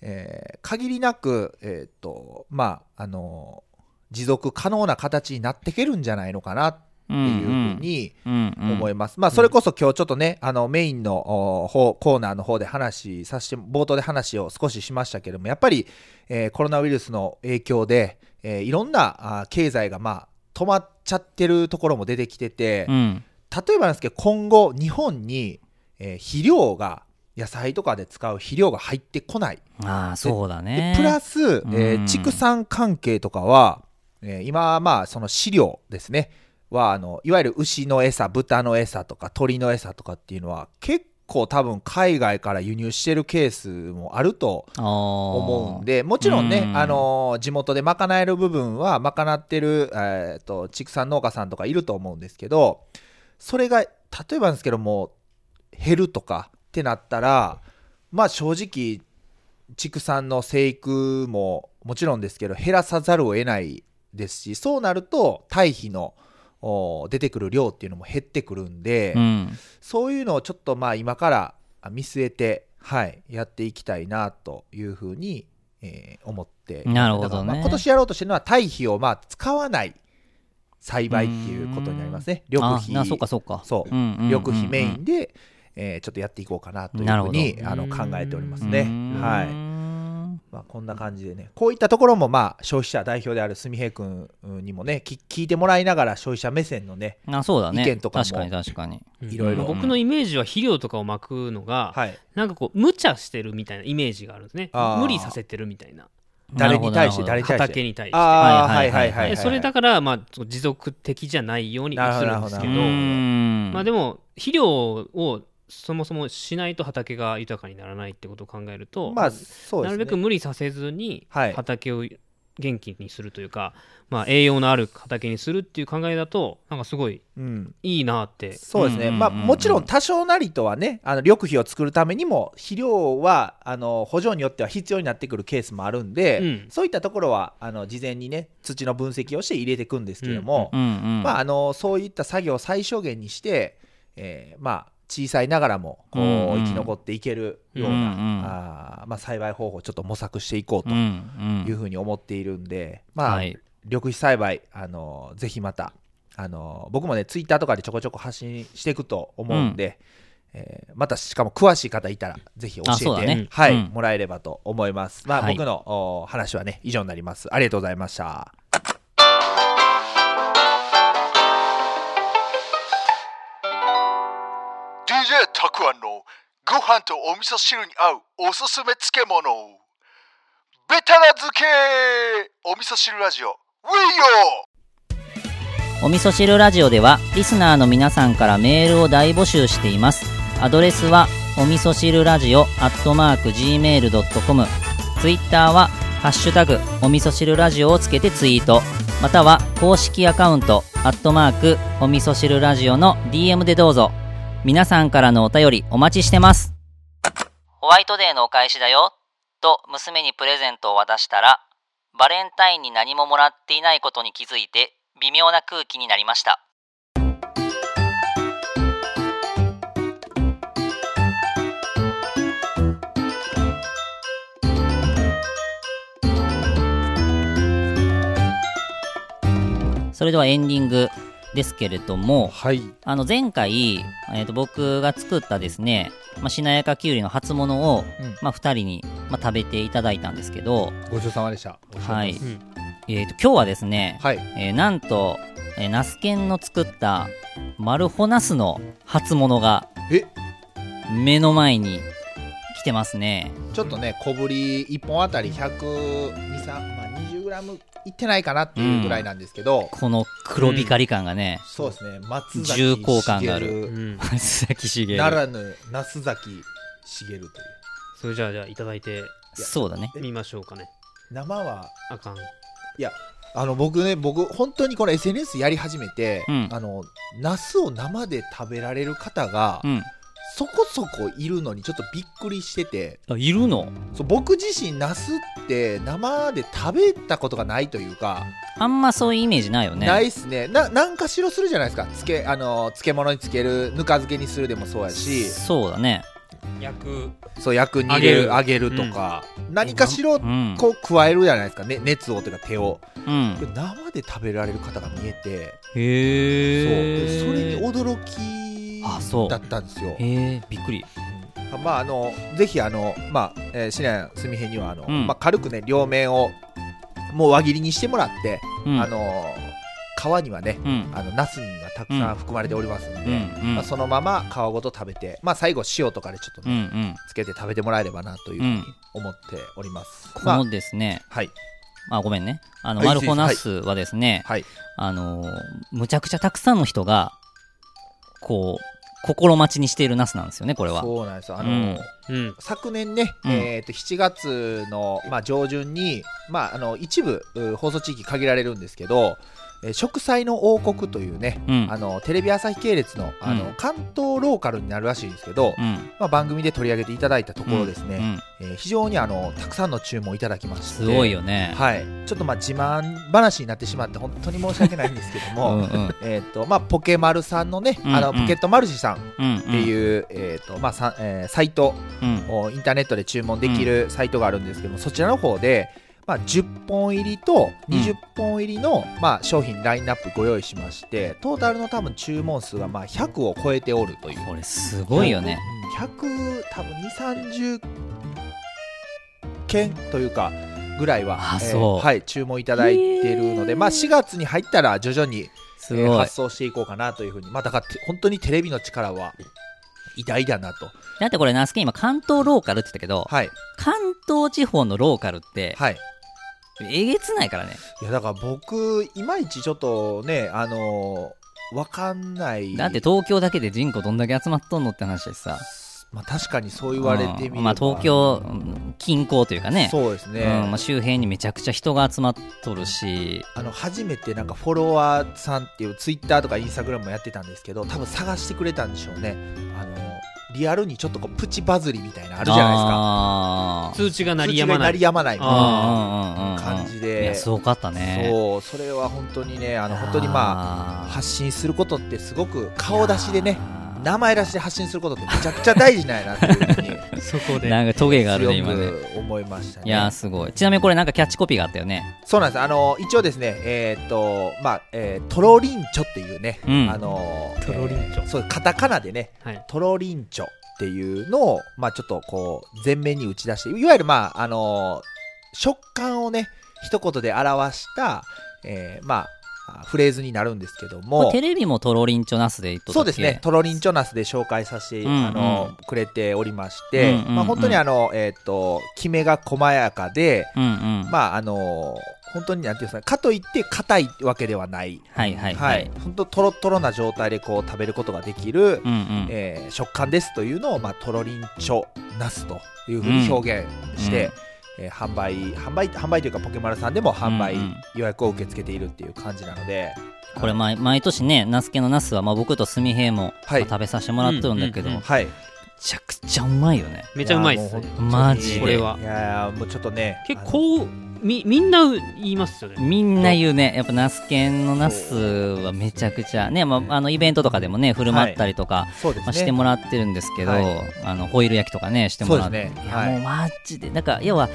B: えー限りなくえーっとまああの持続可能な形になっていけるんじゃないのかなって
A: て
B: いうふうに思い
A: い
B: ます、まあそれこそ今日ちょっとねあのメインのお方コーナーの方で話させて冒頭で話を少ししましたけれどもやっぱり、えーコロナウイルスの影響で、えーいろんなあー経済がまあ止まっちゃってるところも出てきてて、
A: うん
B: 例えばなんですけど今後日本に、えー肥料が野菜とかで使う肥料が入ってこない
A: ああそうだ
B: で
A: ね
B: プラス、えー
A: うん
B: 畜産関係とかは、えー今まあその飼料ですねはあのいわゆる牛の餌豚の餌とか鳥の餌とかっていうのは結構多分海外から輸入してるケースもあると
A: 思
B: 思うんでもちろんね、
A: うん
B: あのー地元で賄える部分は賄ってる、えー、と畜産農家さんとかいると思うんですけどそれが例えばなんですけども減るとかってなったらまあ正直畜産の生育ももちろんですけど減らさざるを得ないですしそうなると堆肥のお出てくる量っていうのも減ってくるんで。
A: うん
B: そういうのをちょっとまあ今からあ見据えて、はい、やっていきたいなというふうに、えー思っています
A: なるほどね
B: だからまあ今年やろうとしてるのは堆肥をまあ使わない栽培っていうことになりますね。緑
A: あ
B: 肥
A: なそうかそうか
B: そう
A: うんうんうんうん
B: 緑肥メインで、えーちょっとやっていこうかなという
A: なる
B: ふう
A: ほど
B: にあの考えておりますね
A: う。ん
B: はいまあ、こんな感じでねこういったところもまあ消費者代表である純平君にもねき聞いてもらいながら消費者目線のね、
A: あそうだね
B: 意見とかも
A: 確かに確かに
C: うん
B: いろいろ
C: まあ僕のイメージは肥料とかをまくのが、
B: はい、
C: なんかこう無茶してるみたいなイメージがあるんですね
B: あー
C: 無理させてるみたいな
B: 誰に対して
A: な
B: 誰
A: る
B: に対して
C: 畑に対して
B: ああ、は
A: はいい
B: は
A: はいいはい
B: は
A: い
B: は
C: で
B: い。
C: それだからまあ持続的じゃないように映るんですけど
B: なるほどなるほど
A: うん
C: まあでも肥料をそもそもしないと畑が豊かにならないってことを考えると、
B: まあ、そうで
C: な
B: す
C: る
B: ね。
C: べく無理させずに
B: はい
C: 畑を元気にするというか、まあ、栄養のある畑にするっていう考えだとなんかすごい
B: うん、
C: いいなって
B: そうです
A: うんうん
B: ね、
A: うんうん
B: まあ、もちろん多少なりとはね、あの緑肥を作るためにも、肥料はあの補助によっては必要になってくるケースもあるんで、
C: うん
B: そういったところはあの事前にね、土の分析をして入れていくんですけども、
A: うんうん
B: まあ、あのそういった作業を最小限にして、えーまあ、小さいながらもこう、
A: うんうん
B: 生き残っていけるような、あーまあ、栽培方法をちょっと模索していこう
A: うんうん
B: というふうに思っているんで、まあ、
A: はい
B: 緑肥栽培、あのぜひまた、あの僕もねツイッターとかでちょこちょこ発信していくと思うんで、えーまたしかも詳しい方いたらぜひ教
A: あそう
B: え
A: だ
B: て、
A: ね
B: はい
A: うん
B: もらえればと思います、まあ
A: はい
B: 僕のお話はね以上になりますありがとうございました
D: たくあんのご飯とお味噌汁に合うおすすめ漬物ベタラ漬けお味噌汁ラジオウィーヨ
A: お味噌汁ラジオではリスナーの皆さんからメールを大募集していますアドレスはお味噌汁ラジオアットマーク Gmail.com ツイッターは「ハッシュタグお味噌汁ラジオ」をつけてツイートまたは公式アカウントアットマークお味噌汁ラジオの DM でどうぞ皆さんからのお便りお待ちしてます
E: ホワイトデーのお返しだよ、と娘にプレゼントを渡したら、バレンタインに何ももらっていないことに気づいて、微妙な空気になりました。
A: それではエンディングですけれども
B: はい
A: あの前回、えー、と僕が作ったですね、まあ、しなやかきゅうりの初物を、
B: うん
A: まあ、2人に、まあ、食べていただいたんですけど、
B: ごちそうさまでした
A: はい
C: うん
A: えー、と今日はですね、
B: はい
A: えーなんと、えー、ナスケンの作ったマルホナスの初物が
B: え
A: 目の前に来てますね
B: ちょっとね小ぶり1本あたり1 2 3まあ、20g ラム行ってないかなっていうぐらいなんですけど、
A: この黒光り感がね、
B: そうですね松崎
A: 重厚感がある
B: しげる
C: うん。
A: 松崎しげる
B: ならぬ那須崎しげるという
C: それじゃあ、じゃあ、いただいて
A: そうだね
C: みましょうかね。
B: 生は
C: あかん。
B: あの僕ね僕本当にこの SNS やり始めて、
A: うん
B: あのナスを生で食べられる方が、
A: うん
B: そこそこいるのにちょっとびっくりしてて
A: あいるの
B: そう僕自身ナスって生で食べたことがないというか、
A: あんまそういうイメージないよね
B: ないっすねななんかしろするじゃないですかつけあの漬物につけるぬか漬けにするでもそうやし
A: そうだね
C: 焼く。
B: そう薬に入れる
C: 揚
B: 揚げるとか、何かしろ
A: うん
B: こう加えるじゃないですか、ね、熱をというか手を
A: うん
B: で生で食べられる方が見えてそう
A: へえ
B: でそれに驚き
A: あそう
B: だったんですよ
A: へえびっくり
B: まああのぜひあのまあ、えー、シナすみへにはあの、
A: うん
B: まあ、軽くね両面をもう輪切りにしてもらって、
A: うん
B: あの皮にはね
A: うん
B: あのナスにがたくさん含まれておりますので、
A: うんうん
B: まあ、そのまま皮ごと食べて、まあ、最後塩とかでちょっと
A: う
B: ね、
A: んうん
B: つけて食べてもらえればなというふうに思っております、
A: こ
B: まあ
A: のですね
B: はい
A: あごめんねあの
B: はい
A: マルコナスはですね
B: はい
A: あのむちゃくちゃたくさんの人がこう心待ちにしているナスなんですよねこれは
B: そうなんですよあの、
A: うん
C: うん。
B: 昨年ね、
A: うん
B: えーと7月の、まあ、上旬に、まあ、あの一部う放送地域限られるんですけど「えー植栽の王国」というね、
A: うん
B: あのテレビ朝日系列のあの、
A: うん
B: 関東ローカルになるらしいんですけど、
A: うん
B: まあ、番組で取り上げていただいたところですね、
A: うん
B: えー非常にあのたくさんの注文いただきまして
A: すごいよね
B: はい、ちょっとまあ自慢話になってしまって本当に申し訳ないんですけど
A: うん
B: も、
A: うん
B: えーとまあ、ポケマルさんのね、
A: うん
B: あの
A: うん
B: ポケットマルシェさんっ
A: うんって
B: いう、えーとまあさえーサイト
A: うん
B: をインターネットで注文できるサイトがあるんですけども、そちらの方で、まあ、10本入りと20本入りの、まあ、商品ラインナップご用意しましてトータルの多分注文数がまあ100を超えておるという
A: これすごいよね
B: 100多分2 3 0件というかぐらいは、
A: あそう
B: はい、注文いただいているので、まあ、4月に入ったら徐々に、
A: す
B: えー
A: ごい
B: 発送していこうかなというふうに、まあ、だからて本当にテレビの力は偉大だなと。
A: だってこれナスケ今関東ローカルって言ったけど
B: はい、
A: 関東地方のローカルって
B: はい
A: えげつないからね
B: いやだから僕いまいちちょっとねあのー、わかんない
A: だって東京だけで人口どんだけ集まっとんのって話でさ
B: まあ、確かにそう言われてみれば、
A: うんまあ東京うん近郊というかね
B: そうですね、
A: うんまあ、周辺にめちゃくちゃ人が集まっとるし
B: あの初めてなんかフォロワーさんっていうツイッターとかインスタグラムもやってたんですけど多分探してくれたんでしょうねあのリアルにちょっとこうプチバズりみたいなのあるじゃないですか
A: あー
C: 通知が鳴
B: 通
C: り
B: 知
C: や
B: が
C: まな
B: 鳴
C: い
B: り。やまないみたい
A: うんうんうんう
B: なん感じ
A: い
B: で
A: やすごかったね
B: そうそれは本当にねあの本当にまあ
A: あー
B: 発信することってすごく顔出しでね
A: いや
B: 名前出しで発信することってめちゃくちゃ大事なんやなっていう ふうに
C: そこ
A: ー
C: で。
A: なんかトゲがあるね
B: 強
A: 今ね
B: く思いましたね
A: いやーすごいちなみにこれなんかキャッチコピーがあったよね
B: そうなんです。あの一応ですね、えーっとまあ、えートロリンチョっていうね、
A: うん
B: あの
C: トロリンチョ
B: えーそうカタカナでね、
C: はい。
B: トロリンチョっていうのをまあちょっとこう前面に打ち出して、いわゆるまああの食感をね一言で表した、えーまああフレーズになるんですけど
A: これ
B: も
A: テ。レビもトロリンチョナスで言っとった
B: そ
A: っ
B: う
A: け
B: ですね、トロリンチョナスで紹介させて、
A: うん
B: あのくれておりまして、
A: うんうんうん
B: まあ、本当にあの、えーっときめが細やかで、
A: うんうん
B: まああの本当になんていうんですかかといって硬いわけではない、
A: はいはいはい
B: 本当とろとろな状態でこう食べることができ
A: うんう
B: る、
A: ん
B: えー食感ですというのを、まあ、とろりんちょなすというふうに表現して、えー販売販売販売というかポケマルさんでも販売、
A: うんうん
B: 予約を受け付けているっていう感じなので
A: これ毎毎年ねナスケのナスはまあ僕とスミヘイもま
B: は
A: あ
B: い
A: 食べさせてもらってるんだけど
C: うんうん
A: め
C: う
B: はい
A: ちゃくちゃうまいよね
C: めちゃうまいっす
B: やー。もう
C: ね
B: 本当に
A: マジで
C: これはい
B: やーもうちょっとね
C: 結
B: あの
C: 構、み、みんな言いますよね。
A: みんな言うねやっぱナスケのナスはめちゃくちゃねまああのイベントとかでもね振る舞ったりとか
B: そうで
A: まあ、
B: す
A: して
B: ね、
A: もらってるんですけど、
B: はい
A: あのホイル焼きとかねしてもらって、
B: そうですね
A: いや
B: はい
A: もうマジでなんか要は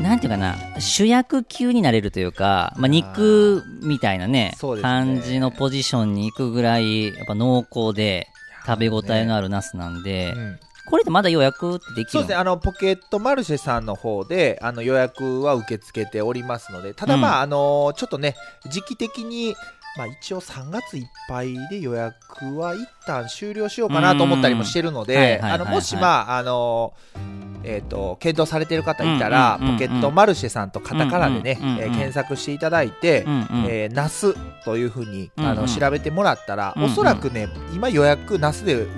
A: なんていうかな主役級になれるというか、まあ、肉みたいなね
B: そうですね
A: 感じのポジションに行くぐらいやっぱ濃厚で食べ応えの
B: あ
A: あるナスなんで、
B: うん
A: これってまだ予約でき
B: そう
A: るの
B: ですね、あのポケットマルシェさんの方であの予約は受け付けておりますので、ただ、
A: うん
B: まああのちょっとね、時期的に、まあ、一応3月いっぱいで予約は一旦終了しようかなと思ったりもしてるの
A: うんはいはいは
B: で、
A: いはい
B: あのもし、まああのえー、と検討されている方いたら、
A: うんうんうんうん
B: ポケットマルシェさんとカタカナでね、
A: うんうんうんうん
B: えー検索していただいて、
A: うんうん
B: えー、ナスというふうにあ
A: うんうん
B: の調べてもらったら、
A: うんうん
B: おそらくね今予約ナスでう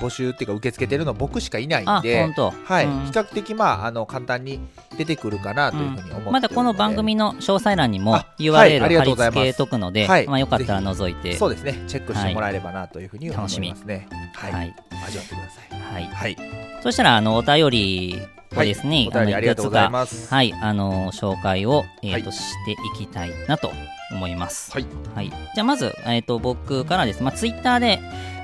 B: 募集っていうか受け付けてるの僕しかいないん
A: あ
B: で
A: 本。当
B: はい、
A: うん
B: 比較的まああの簡単に出てくるかなというふうに思っております、
A: まだこの番組の詳細欄にも
B: あ
A: URL
B: はいありがと
A: 貼
B: うござい
A: り
B: ます
A: 付けとくので、
B: はい
A: まあ、よかったら覗いて、
B: そうですねチェックしてもらえればなというふうに思いますね。は、
A: はいい、
B: 味わってくださ
A: は
B: い。
A: い、
B: はい、
A: そしたらあのお便りをですね、
B: お便り
A: の
B: ありがとうござい
A: く
B: ます。
A: つかはい、あの紹介を、えーと
B: はい
A: していきたいなと思います。
B: はい、
A: はい、じゃあまず、えー、と僕からです、まあ、ツイッターで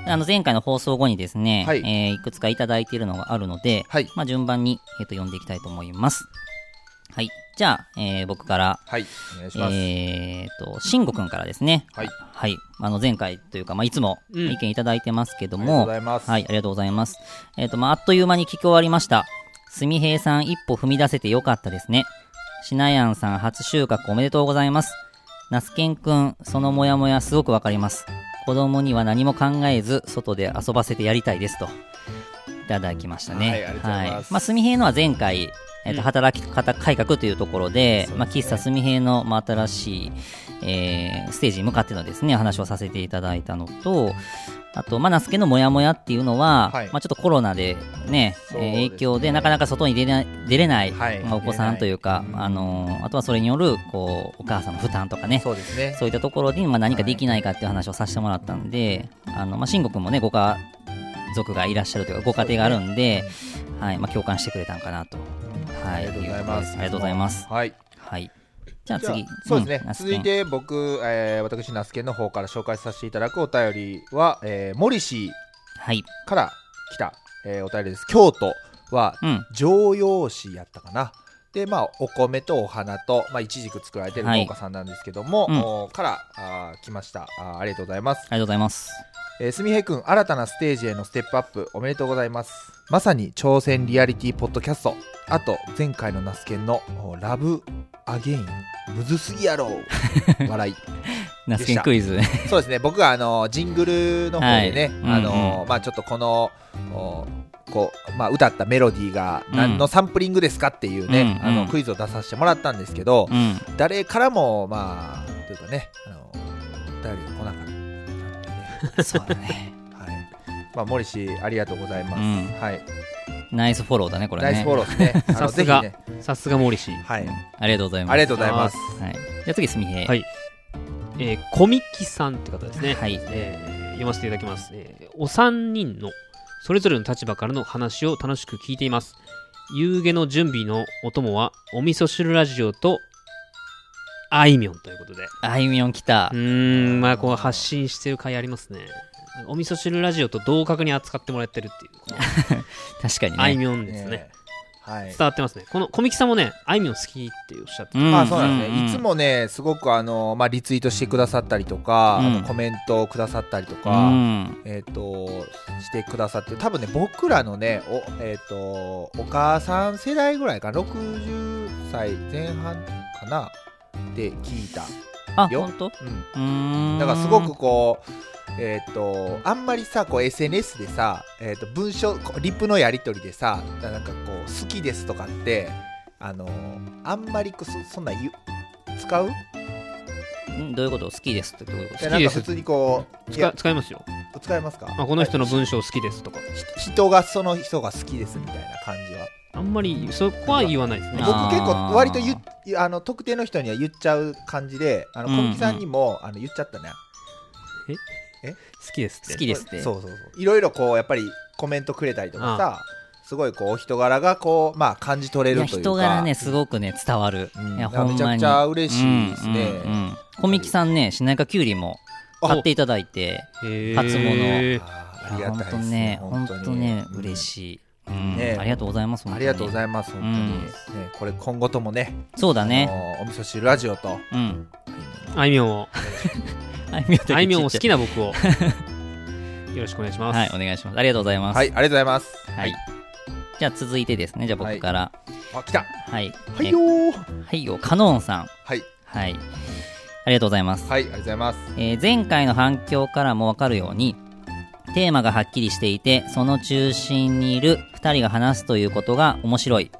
A: あの前回の放送後にですね、
B: は
A: い
B: い
A: えーいくつかいただいているのがあるので、
B: はい
A: まあ、順番に、えー、と読んでいきたいと思います。はい、じゃあ、えー僕から
B: はい、お願いします。
A: えー、と、慎吾くんからですね。
B: はい。
A: あの、前回というか、まあ、いつも
C: うん
A: 意見いただいてますけど
B: ありがとう
A: も、
B: ございます。
A: はい、ありがとうございます。えっ、と、まあ、あっという間に聞き終わりました。すみへいさん一歩踏み出せてよかったですね。しなやんさん初収穫おめでとうございます。なすけんくん、そのモヤモヤすごくわかります。子供には何も考えず、外で遊ばせてやりたいですと。いただきましたね。
B: はいありがとうございます
A: はまあ、すみへいのは前回、えっ、
C: うん
A: と、働き方改革というところで、
B: そうですね
A: まあ、喫茶すみへいの、まあ、新しい、えーステージに向かってのですね、話をさせていただいたのと、あと、まあ、ナスケのモヤモヤっていうのは、
B: はい
A: まあ、ちょっとコロナでね、
B: そ
A: え
B: うです
A: ー
B: ね
A: 影響でなかなか外に出れない出れない、
B: はい
A: まあ、お子さんというか、
B: 出れない
A: あのーあとはそれによるこうお母さんの負担とかね、
B: そうですね。
A: そういったところに、まあ、何かできないかっていう話をさせてもらったんで、あのまあ、慎吾君もね、ご家族がいらっしゃるというか、ご家庭があるんで、はいまあ、共感してくれたんかなと。はい、
B: ありがとうござい
A: こ
B: ま。
A: ですありがとうございます。
B: はい。
A: はい、じゃあ
B: じゃあ
A: 次、
B: そうです
A: ん
B: ね。
A: ナス
B: 続
A: ケン
B: いて僕、えー、私ナスケの方から紹介させていただくお便りは、えー、モリシ
A: はい、
B: ーから来た、えー、お便りです。京都は
A: うん、
B: 常用紙やったかな。でまあ、お米とお花と、まあ、いちじく作られてる農家さんなんですけども、
A: はいうん
B: おからあー来ましたあーありがとうございます
A: ありがとうございます。
B: えー、すみへいくん新たなステージへのステップアップおめでとうございますまさに挑戦リアリティポッドキャストあと前回のナスケンのおラブアゲインむずすぎ やろ笑い
A: ナスケンクイズ。
B: そうですね僕はあのジングルの方でね、
A: はい
B: あの
A: うん
B: まあちょっとこのおこうまあ、歌ったメロディーが何のサンプリングですかっていうね、
A: うん
B: あ
A: うん
B: のクイズを出させてもらったんですけど、
A: うん
B: 誰からもまあというかねあのお便りが来なかったっていうね
A: そうだね。
B: はい。まあ、森氏、ありがとうございます。
A: うん
B: はい。
A: ナイスフォローだね、これね。
B: ナイスフォローで すね。あの
C: さすが
B: ぜひね
C: さすが森氏。
B: はい。
A: ありがとうございます。
B: ありがとうございます。
A: はい。じゃあ次、すみへい。。
C: はいい。えー、小ミキさんって方ですね。
A: はい。
C: えー読ませていただきます、えーお三人のそれぞれの立場からの話を楽しく聞いています夕げの準備のお供はお味噌汁ラジオとあいみょんということで
A: あいみょん来た
C: う。ーんまあこう発信してる回ありますねお味噌汁ラジオと同格に扱ってもらってるっていう この
A: 確かにね。
C: あいみょんですね
B: ねはい
C: 伝。わってますねこの小ミキさんもねあいみょん好きっておっしゃって
A: うん
B: まあそうなんですね、
A: うん
B: いつもね、すごくあの、まあ、リツイートしてくださったりとか、
A: うん
B: あのコメントをくださったりと
A: う
B: か、
A: ん。
B: えっ、と、してくださって、多分ね、僕らのね、おえっ、と、お母さん世代ぐらいかな、60歳前半かな、で聞いた。
A: あ、
B: よ
A: ほんと
B: うん
A: うーん。
B: だからすごくこう、えーっとあんまりさこう SNS でさ、えーっと文章こうリプのやり取りでさなんかこう「好きです」とかってあのーあんまりこうそそんなん言う使う
A: うん、どういうこと好きですってどういうこ
B: い
A: と
B: や
C: 好
B: な
C: き
B: ん
C: で
B: か
C: す
B: 普通にこうい
C: 使
B: や
C: 使いますよ、
B: 使えますか、
C: まあ、この人の文章好きですとか
B: ひ人がその人が好きですみたいな感じは
C: あんまりそこは言わないですね
A: あ
B: 僕結構割とゆあの特定の人には言っちゃう感じであの
A: うんう
B: 小
A: ん
B: 木さんにも、あの言っちゃったね
C: 好きですって
A: 好きですって。
B: そうそうそういろいろこうやっぱりコメントくれたりとかさすごいこうお人柄がこうまあ感じ取れ
A: いや、
B: るというか
A: 人柄ね、すごくね、伝わる。
B: うん
A: いや、
B: だから
A: ほんまに。
B: めちゃくちゃ嬉しいですね
A: うんうんうん小ミキさんね、しなやかきゅうりも買っていただいて、
C: へー
A: 初物
B: あーあ
A: い
B: り
A: や
B: が
A: ほん
B: たい
A: と
B: で
A: ね
B: すね、
A: ほんとね、
B: うん
A: 嬉しい。うん
B: ね
A: ありがとうございます、
B: ありがとうござ
A: い
B: います本当に、
A: うん
B: ねこれ今後ともね
A: ます。そうだ
B: あ
A: ね。
B: のーお味噌汁ラジオと
A: うん。
C: あいみょんを
A: あいみょん
C: あいみょんを好き
A: な。
C: な 僕をよろしくお願いします。
A: はい、お願いします。ありがとうございます。
B: はいありがとうございます
A: はい。じゃあ続いてですね、じゃあ僕から。
B: あ来た
A: はい。
B: はい
A: え
B: よー
A: はいよ、カノンさん。
B: はい
A: はい。ありがとうございます。
B: はいありがとうございます
A: えー前回の反響からもわかるように、テーマがはっきりしていて、その中心にいる2人が話すということが面白い。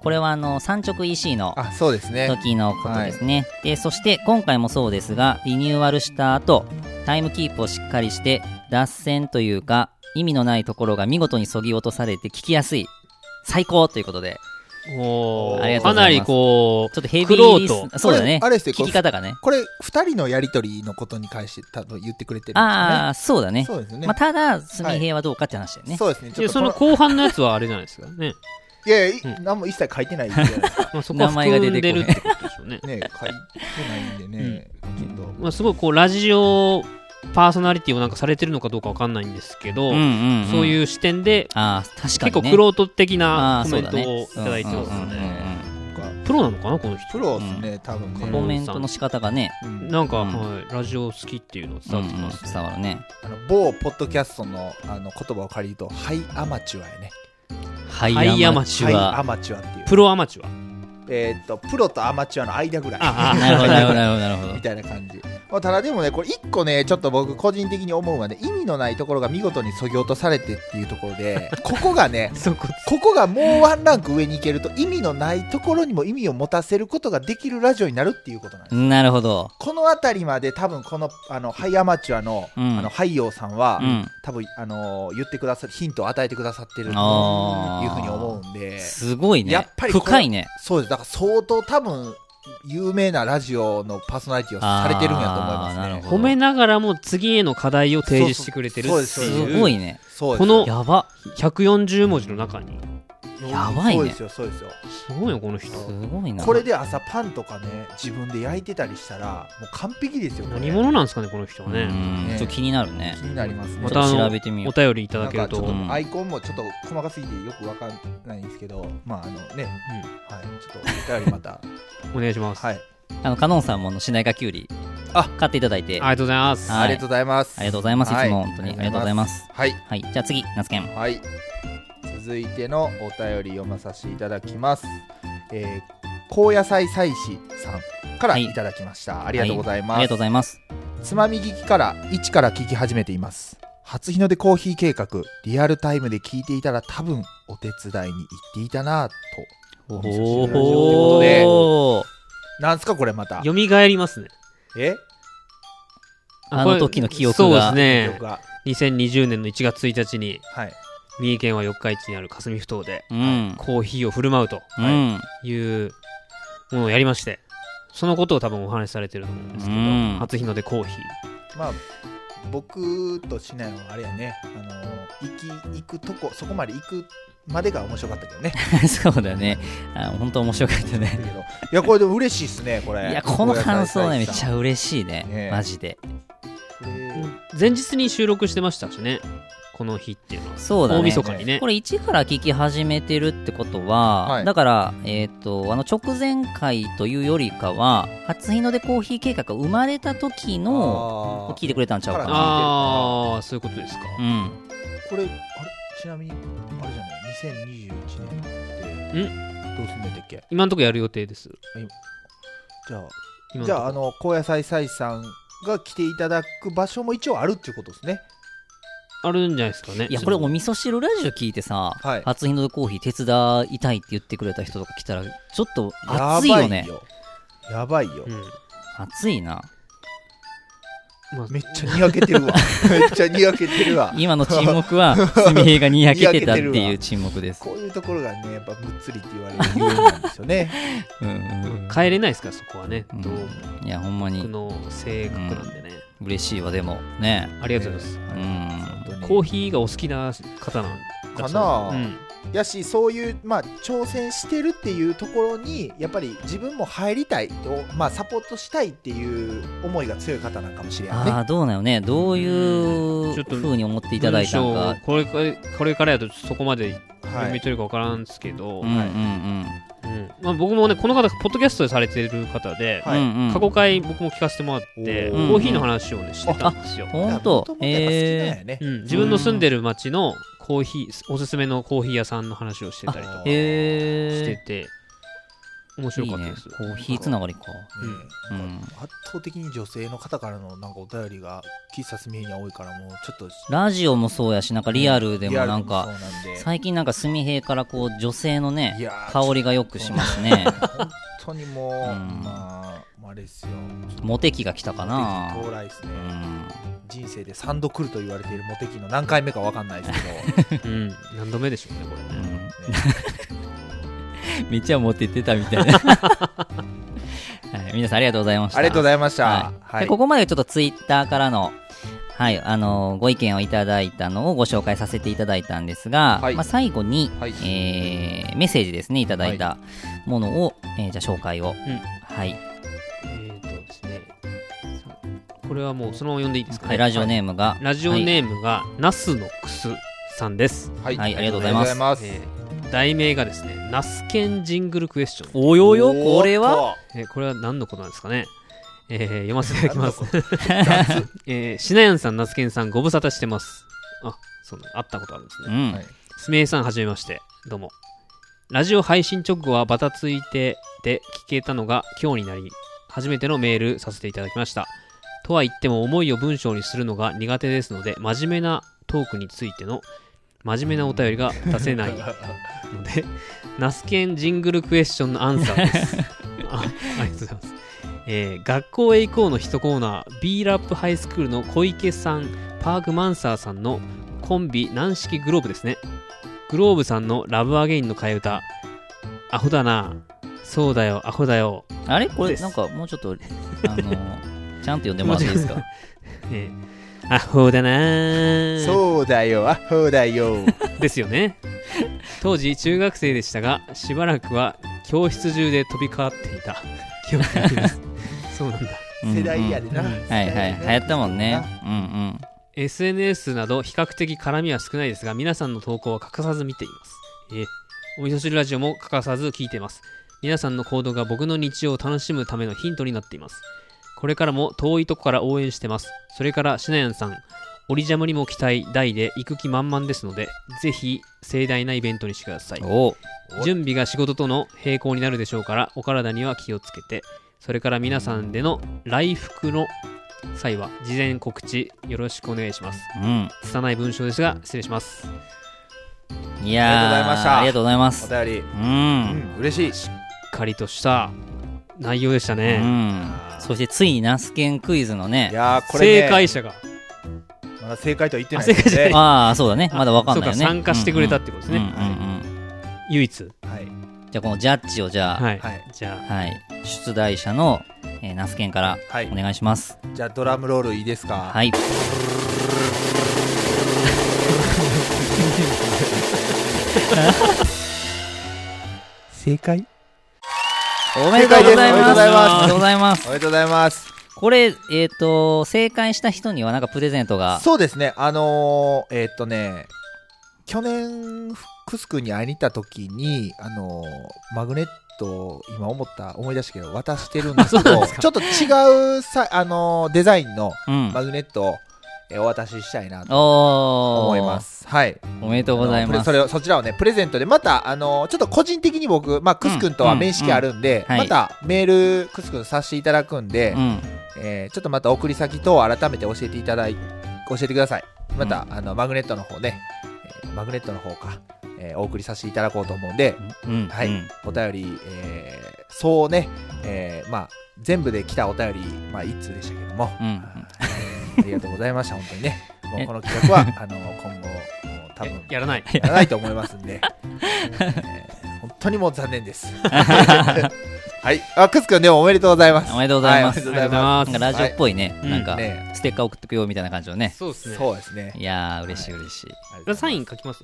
A: これはあの、産直 EC の
B: あそうですね
A: 時のことですね、でそして今回もそうですがリニューアルした後タイムキープをしっかりして脱線というか意味のないところが見事にそぎ落とされて聞きやすい最高ということで
F: お
A: ありがとう
F: ーか
A: ござ
F: ないり
A: ます
F: こう
A: ちょっとヘビ
F: クロ
A: ー
F: ー
A: リス
F: ト
A: そうだね
B: これあれですよ
A: 聞き方がね
B: これ2人のやり取りのことに関して多分言ってくれてるんですよね
A: ああーそうだね
B: そうですね
A: まあ、ただ純平はどうかって話だよね、
B: そうですね
F: い
B: ちょ
F: や
B: っと
F: そ
B: こ
F: の
B: の
F: 後半のやつはあれじゃないですか ね、
B: いやいや
F: う
B: い何も一切書いてないじゃないですか
F: まあ、そこは
A: 名前が出
F: 含ん
A: てこ
F: で
A: ない
F: るってことでしょうね
B: ね書いてないんでね、ちょっと
F: まあ、すごいこうラジオパーソナリティをなんかされてるのかどうかわかんないんですけど、
A: うんうんうん、
F: そう
A: う
F: いう視点で、
A: あー確か
F: 結
A: に、ね、
F: 構クロート的な
A: あー
F: コ
A: そ
F: メ
A: う
F: ン
A: だ
F: ト
A: ね
F: をいただいてます
A: うんうんうんうん
F: ねプロなのかなこの人
B: プロですね、多分ね
F: う
A: うんんコメントの仕方がね、
B: うん
F: なんか、
A: うん
F: はい、ラジオ好きっていうの
A: うん
F: 伝
A: う
F: わっ
A: ん
F: てきます、ね
A: 伝わるね
B: あの某ポッドキャストのあの言葉を借りると「ハイアマチュア」やね
A: ハ
F: イア
B: 「
F: マチ
B: ハ
F: ュ
B: イ
F: ア
B: アマチュア」っていう
F: プロアマチュア
B: えーっとプロとアマチュアの間ぐらい
F: ああ
A: なるほどなるほどなるほどなるほど
B: みたいな感じ、まあ、ただでもねこれ一個ねちょっと僕個人的に思うのはね意味のないところが見事にそぎ落とされてっていうところでここがね
F: そこ
B: ここがもうワンランク上に行けると意味のないところにも意味を持たせることができるラジオになるっていうことなんです、
A: なるほど。
B: この辺りまで多分このあのハイアマチュアの,、
A: うん
B: あのハイヨーさんは、
A: うん
B: 多分あのー言ってくださるヒントを与えてくださってる
A: あ
B: と
A: ー
B: いうふうに思うんで、
A: すごいね。
B: やっぱりこう
A: 深いね。
B: そうですだから相当多分有名なラジオのパーソナリティをされてるんやと思いますね
A: あーなるほど
F: 褒めながらも次への課題を提示してくれてるってい
B: そうう
A: すごいね。
B: そうです
F: この
A: やば。
F: 140文字の中に
A: やばいね
B: そうですよそうですよ
F: すごいよこの人
A: すごいな。
B: これで朝パンとかね自分で焼いてたりしたらもう完璧ですよこれ
F: 何者なんですかねこの人は
A: う
F: ね、
A: ん
B: ね
A: ちょっと気になるね
B: 気。になりますね
F: ま
A: ちょ
F: た
A: っ
F: あ
A: と
F: の
A: 調べてみよ
F: お
A: う。
F: 便りいただけ
B: な
F: る
B: んかち
F: と
B: ょっ
A: うん
B: とアイコンもちょっと細かすぎてよくわかんないんですけどまああのね、はいちょっとお便 りまた
F: お願いします、
B: はい
A: あの、カノンさんもあのシナイカキュウリ、
B: あ
A: 買っていただいて、
F: あり
A: あ
F: がとうございます
A: はい
B: ありがとうございます
A: りがとうございます。い
B: は
A: つも本当にありがとうございます。
B: はい
A: はい。じゃあ次、夏ケン。
B: はい続いてのお便り読まさせていただきます、えー、高野菜祭司さんから
A: はい
B: いただきました、ありがとうござい
A: あ
B: ま
A: り
B: す
A: がとうございます。
B: つまみ聞きから一から聞き始めています初日の出コーヒー計画リアルタイムで聞いていたら多分お手伝いに行っていたなぁとお味噌汁ラジオってことで
A: おー
B: なんすかこれまた
F: よみがえりますね
B: え
A: あの時の記憶が
F: そうですね
B: 僕が
F: 2020年の1月1日に
B: はい
F: 三重県は四日市にある霞ふ頭で
A: うん。
F: コーヒーを振る舞うと
A: うん。
F: いうものをやりましてそのことを多分お話しされてると思うんですけど、
A: うん
F: 初日の出コーヒ
B: まあ僕としないはあれやねあの行き行くとこそこまで行くまでが面白かったけど ね
A: そうだよね。あ本当面白かった
B: だ
A: ね
B: け。どいやこれでも嬉しいっすねこれ
A: いや、この感想ね、めっち
B: ゃ
A: ゃ嬉しい
B: ね
A: ね
B: え。
A: マジで。
F: ー前日に収録してましたしねこの日っていうのは、
A: そうだ
F: 大
A: ね。
F: 晦日にね
A: これ1から聞き始めてるってことは、
B: はい
A: だから、えっとあの直前回というよりかは初日の出コーヒー計画が生まれた時の
B: の
A: 聞いてくれたんちゃうか
B: だから
A: な。
F: ああそういうことですか、
A: うん、
B: これあれちなみにあれじゃない2021年ってどうすんねんだっけ
F: 今のところやる予定です
B: じゃあ
F: 今のとこ
B: じゃああの高野菜菜さんが来ていただく場所も一応あるっていうことですね
F: あるんじゃないですかね
A: いやこれお味噌汁ラジオ聞いてさ、
B: はい
A: 初日の出コーヒー手伝いたいって言ってくれた人とか来たらちょっと
B: や
A: 熱い
B: ば
A: よね
B: やばいよ、
F: うん
A: 熱いな
F: まあ
B: めっちゃにやけてるわめっちゃにやけてるわ
A: 今の沈黙は純平がにやけてたってい
B: にやけてる
A: う
B: わ
A: 沈黙です、
B: こういうところがねやっぱむっつりって言われるゆえなんですよね
A: うんうんうん
F: 帰れないですからそこはね、
A: うん
F: どうも
A: いやほんま
F: 僕
A: に
F: の性格なんでね、
A: 嬉しいわでもね
F: ありがとうございます、
B: は
A: うん
B: 本当に
F: コーヒーがお好きな方なんだそ
B: か
F: う
B: なあ
F: うん
B: やしそういう、まあ、挑戦してるっていうところにやっぱり自分も入りたいと、まあ、サポートしたいっていう思いが強い方なんかもしれないね
A: ああどうなのねどういう
F: ちょっと
A: ふうに思っていただいたの
F: 文
A: か
F: 章をこれからこれからやとそこまで
B: は
F: 読み
B: い
F: 取れるか分からんですけど、
A: うんうんうん
F: うんまあ、僕もねこの方ポッドキャストでされてる方で、
B: はい
A: うんうん
F: 過去回僕も聞かせてもらって
B: お
F: コ
A: ー
F: ーヒーの話をねしてたんですよ、
B: い
A: ほ
B: や
A: んと
B: 元々やっぱ好きなん
A: え
B: やね
F: うん、自分の住んでる町のコーヒーおすすめのコーヒー屋さんの話をしてたりとか
A: ー、え
F: して
A: ー、
F: て面白
A: い
F: か
A: い
F: った
A: ね
F: です。
A: コーヒーつながりか
F: うん
B: う
A: うんん
B: 圧倒的に女性の方からのなんかお便りが喫茶すみへには多いからもうちょっと
A: ラジオもそうやしなんかリアルでも
B: リアル
A: なんか
B: そうなんで
A: 最近なんか炭平からこう女性の
B: い
A: ね
B: やー
A: 香りがよくしますね
B: 本当にもう、
A: うん
B: まあ、あれですよ。
A: モテ期が来たかな
B: モテ期到来ですね
A: う。ん
B: 人生で3度来ると言われているモテ期の何回目かわかんないですけど、
F: うん、何度目でしょうね、これね。
A: うん めっちゃモテてたみたいな、はい、皆さんありがとうございました
B: ありがとうございました。
A: はい
B: はい。
A: でここまでちょっとツイッターからの、はいあのーご意見をいただいたのをご紹介させていただいたんですが、
B: はい
A: まあ、最後に、
B: はい
A: えーメッセージですねいただいたものを、えーじゃあ紹介を、
F: ん
A: はい
F: えー、とですね、これはもうそのまま読んでいいですかね、
A: はい、ラジオネームが、
F: ラジオネームが、ナスのクスさんです。
B: はい
A: はいありがとうございます
B: ありがとうござい
F: えー題名がですね、ナスケンジングルクエスチョン。
A: およよこれは
B: は
F: えーこれは何のことなんですかね。えー読ませていただきます
B: 何。
F: えー、しなやんさん、ナスケンさん、ご無沙汰してます。あ、そうなん、会ったことあるんですね
A: う。ん、
B: はい
F: すみえさんはじめましてどうもラジオ配信直後はバタついてで聞けたのが今日になり初めてのメールさせていただきましたとは言っても思いを文章にするのが苦手ですので真面目なトークについての真面目なお便りが出せないのでナスケンジングルクエスチョンのアンサーですあありがとうございますえー学校へ行こうの一コーナー B ラップハイスクールの小池さんパークマンサーさんのコンビ軟式グローブですねグローブさんの「ラブアゲインの替え歌アホだなそうだよアホだよ、
A: あれこ
F: で
A: れ
F: す
A: なんかもうちょっとあのーちゃんと読んでもらっていいですか
F: ええアホだな
B: そうだよ、あそうだよ。
F: ですよね当時中学生でしたがしばらくは教室中で飛び交っていた記憶があり ますそうなんだ
B: 世代やでな。
F: うん
B: 世
A: は
B: 代
A: い
B: や
A: は
B: で
A: い
B: な
A: 流行ったもんねうん
F: SNS など比較的絡みは少ないですが皆さんの投稿は欠かさず見ていますええお味噌汁ラジオも欠かさず聞いています皆さんの行動が僕の日常を楽しむためのヒントになっていますこれからも遠いとこから応援してますそれからしなやんさんオリジャムにも期待大で行く気満々ですのでぜひ盛大なイベントにしてください
A: うんお
F: 準備が仕事との並行になるでしょうからお体には気をつけてそれから皆さんでの来福の際は事前告知よろしくお願いします
A: うん
F: 拙い文章ですが失礼します
A: いやー
B: あ
A: ありが
B: りがと
A: とうございます
B: お便り、
A: うん
B: うん、嬉しい。
F: かりとした内容でした
A: う
F: ね、
A: んそしてついにナスケンクイズの
B: い
A: ね
B: やーこれ、ね、
F: 正解者が
B: まだ正解とは言ってないですね。
A: ああそうだねまだわかんないよ
F: そう
A: ね
F: か参加してくれたってことですね、
A: うんうんうんうん
F: 唯一
B: はい。
A: じゃあこのジャッジをじゃあ
F: はい、
B: はい。
F: じゃあ
A: はい出題者のえーナスケンから
B: はい
A: お願いします
B: じゃあドラムロールいいですか。
A: はい
B: 正解
A: おめでとうござい
B: おめでとうご
A: ます
B: ざいます
A: おめでとうございます
B: おめでとうございます。
A: これえっと正解した人にはなんかプレゼントが
B: そうですね、あのーえーっとね、去年、クスクに会いに行った時に、あのーマグネットを今思った、思い出したけど、渡してるんですけ
F: そうなん
B: ど、
F: ですか
B: ちょっと違うさ、あのーデザインの
A: うん
B: マグネットを、えーお渡ししたいなと
A: お
B: 思
A: ー
B: います。はい。
A: おめでとうござい
B: あの
A: ま
B: プレそ
A: す
B: れをそちらをね、プレゼントで、また、あのーちょっと個人的に僕、まあ、クス君とは面識あるん
A: うん
B: で、
A: うんうんはい
B: またメール、クス君させていただくんで、
A: うん
B: えーちょっとまた送り先等を改めて教えていただい教えてくださいまた、あのマグネットの方ね、えーマグネットの方か、えーお送りさせていただこうと思うんで
A: うん
B: はい
A: うん
B: お便り、えーそうね、えーまあ全部で来たお便り、まあ、1通でしたけども、
A: うん
B: あーありがとうございました本当にねもうこの企画はあの今後もう多分
F: やらない
B: やらないと思いますん で、えー本当にもう残念ですはいあくすくんでもおめでとうございます
A: おめでとうございます
B: は
F: ありがとうございます
A: なんかラジオっぽいね
F: い
A: なんか
B: ね
A: ステッカー送ってくよみたいな感じのね
F: そうですね
B: そうですね
A: いやー嬉しい嬉しい
F: サイン書きます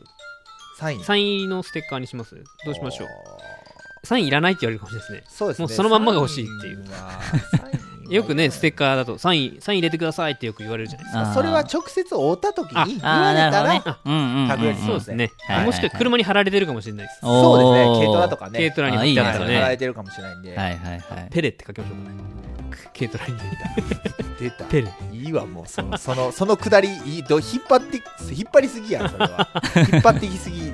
B: サイン
F: サインのステッカーにしますどうしましょ
B: お
F: う
B: ー
F: サインいらないって言われるかもしれないですね
B: そうですね
F: もうそのまんまが欲しいっていう
B: サインはサインは
F: よくねステッカーだとサインサイン入れてくださいってよく言われるじゃないですか
A: あー
B: それは直接会った時に言
A: あ
B: わ
A: ー
B: れ
A: な
B: た
A: るほどね
B: ら
A: うんうんうん
B: 確
A: うん
B: 実
F: そうですね、
A: はいはいはい
F: もしくは車に貼られてるかもしれないです
B: そうですね
A: おー
B: 軽トラとかね
F: 軽トラに貼
A: あい
F: っ
A: い
F: て
A: ね
F: ある
A: そ
F: よ
A: れ
B: 働
F: ね
B: いてるかもしれないんで、
A: はいはいはい
F: ペレって書きましょうかねく軽トラに
B: 出た
F: ペレ
B: いいわもうそのそのそ のくだりいいど 引っ張って引っ張りすぎやんそれは引っ張ってきすぎね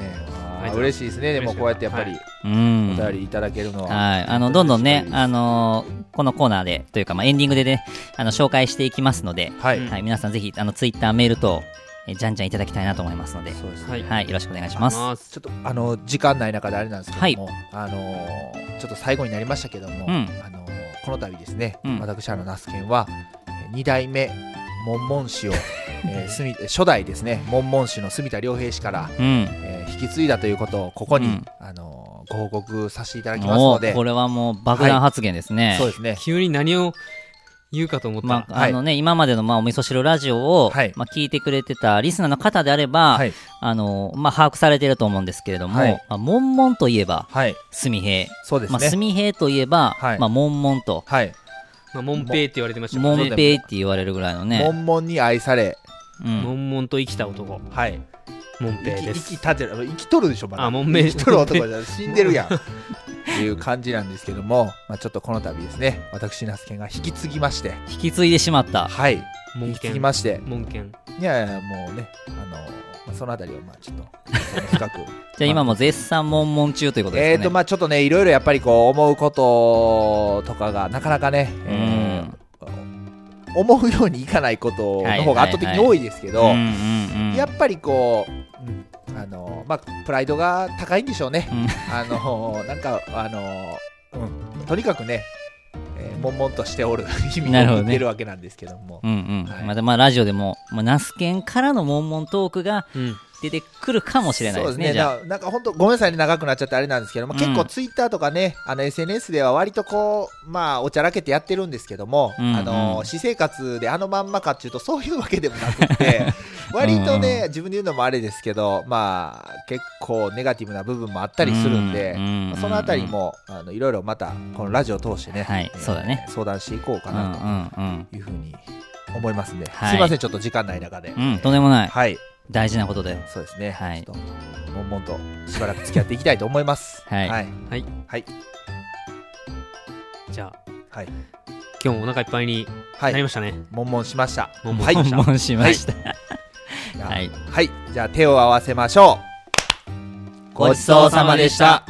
B: えあ
C: ありがとうございます
B: 嬉しいですねでもこうやってやっぱり
A: う
B: お
A: ん
B: 便りいただけるのは、
A: はい、あのどんどんね、
B: 嬉しい
A: あのーこのコーナーでというか、まあ、エンディングでねあの紹介していきますので、
B: はい、
C: うん
A: はい、皆さんぜひあのツイッターメール等えじゃんじゃんいただきたいなと思いますので、
B: そうですね
C: はい
A: はい、よろしくお願いします。
C: ます
B: ちょっとあの時間ない中であれなんですけども、あのーちょっと最後になりましたけども、
A: うん
B: あのーこの度ですね、
A: うん
B: 私あのナスケンはえー二代目モンモン 氏を、えー、住み初代ですねモンモン氏の住田良平氏から、
A: うん、
B: えー引き継いだということをここに、
A: うん
B: あのーご報告させていただきます
A: も
B: の
A: う
B: で
A: これはもう爆弾発言ですね。
B: そうですね
C: 急に何を言うかと思った
A: ま
C: ら、
A: あ、あのね、今までの、まあ、お味噌汁ラジオを、
B: はい
A: まあ、聞いてくれてたリスナーの方であれば、
B: はい
A: あの、まあ、把握されてると思うんですけれども、
B: はい
A: まあ、もんもんといえば、
B: はい
A: すみへい。
B: そうです
A: まあ、
B: ね、
A: すみへいといえば、
B: はい
A: まあ、もんもんと、
B: はい
C: まあ、モンペイって言われてました
A: も
C: もん
A: ん
C: ね。
A: ぺいって言われるぐらいの
B: モ
A: ね。
B: ンモンに愛され
A: うん
C: モンモンと生きた男、
B: はい
C: モンペイ
B: 生
C: で
B: き生き
C: す。
B: 立てる生きとるでしょまだ
C: あ、モンペイ。
B: 生きとる男じ ゃ死んでるやんっていう感じなんですけども、まあ、ちょっとこの度ですね私那須研が引き継ぎまして
A: 引き継いでしまった。
B: はい
C: モ
B: 引
C: ン
B: き
C: ケ
B: 継ぎ
C: ン。
B: まして
C: モンケン。
B: いやいやもうねあのまあそのあたりをまあちょっとあの 深く
A: じゃあ今も絶賛もんもん中ということ
B: え
A: で
B: っ
A: す
B: と
A: かね。
B: まあちょっとねいろいろやっぱりこう思うこととかがなかなかね、
A: う
B: え
A: ん
B: ー思うようにいかないことの方が圧倒的に多いですけど、
A: うんうんうん
B: やっぱりこう、うんあのまあ、プライドが高いんでしょうね。
A: う
B: あのなんか、あのうん、とにかくね、えー、悶々としておる意味
A: なるほ
B: を
A: ど
B: 言っ
A: ね
B: てるわけなんですけども。
A: うんうん
B: はい
A: またまあラジオでも、まあ、ナスケンからのもんもんトークが
C: うん。
A: 出てくるかもしれないですね、
B: そう
A: じゃあ。
B: ななんか本当ごめんなさいね長くなっちゃってあれなんですけども、
A: うん
B: 結構ツイッターとかねあの SNS では割とこうまあおちゃらけてやってるんですけども、
A: うんうん
B: あの私生活であのまんまかっていうとそういうわけでもなくって 割とね、自分で言うのもあれですけどまあ結構ネガティブな部分もあったりするんで、
A: うんうんうん
B: そのあたりもあのいろいろまたこのラジオを通してね,、
A: はいそうだね
B: 相談していこうか
A: うん
B: な
A: うんうん
B: というふうに思いますんで、
A: はい
B: すいませんちょっと時間ない中で、
A: うん、とんでもない。
B: はい
A: 大事なことだよ。
B: そうですね。
A: はい
B: ちょっと、もんもんとしばらく付き合っていきたいと思います。
A: はい
B: はい。
C: はい。
B: はい。
C: じゃあ、
B: はい。
C: 今日もお腹いっぱいに
B: は
C: なり
B: い。
C: ましたね。
B: もんもんしました。
C: もんもん
B: はい。
C: しま
A: もんしました。
B: じゃあ
A: はい。
B: はい。じゃあ、手を合わせましょう。
A: ごちそうさまでした。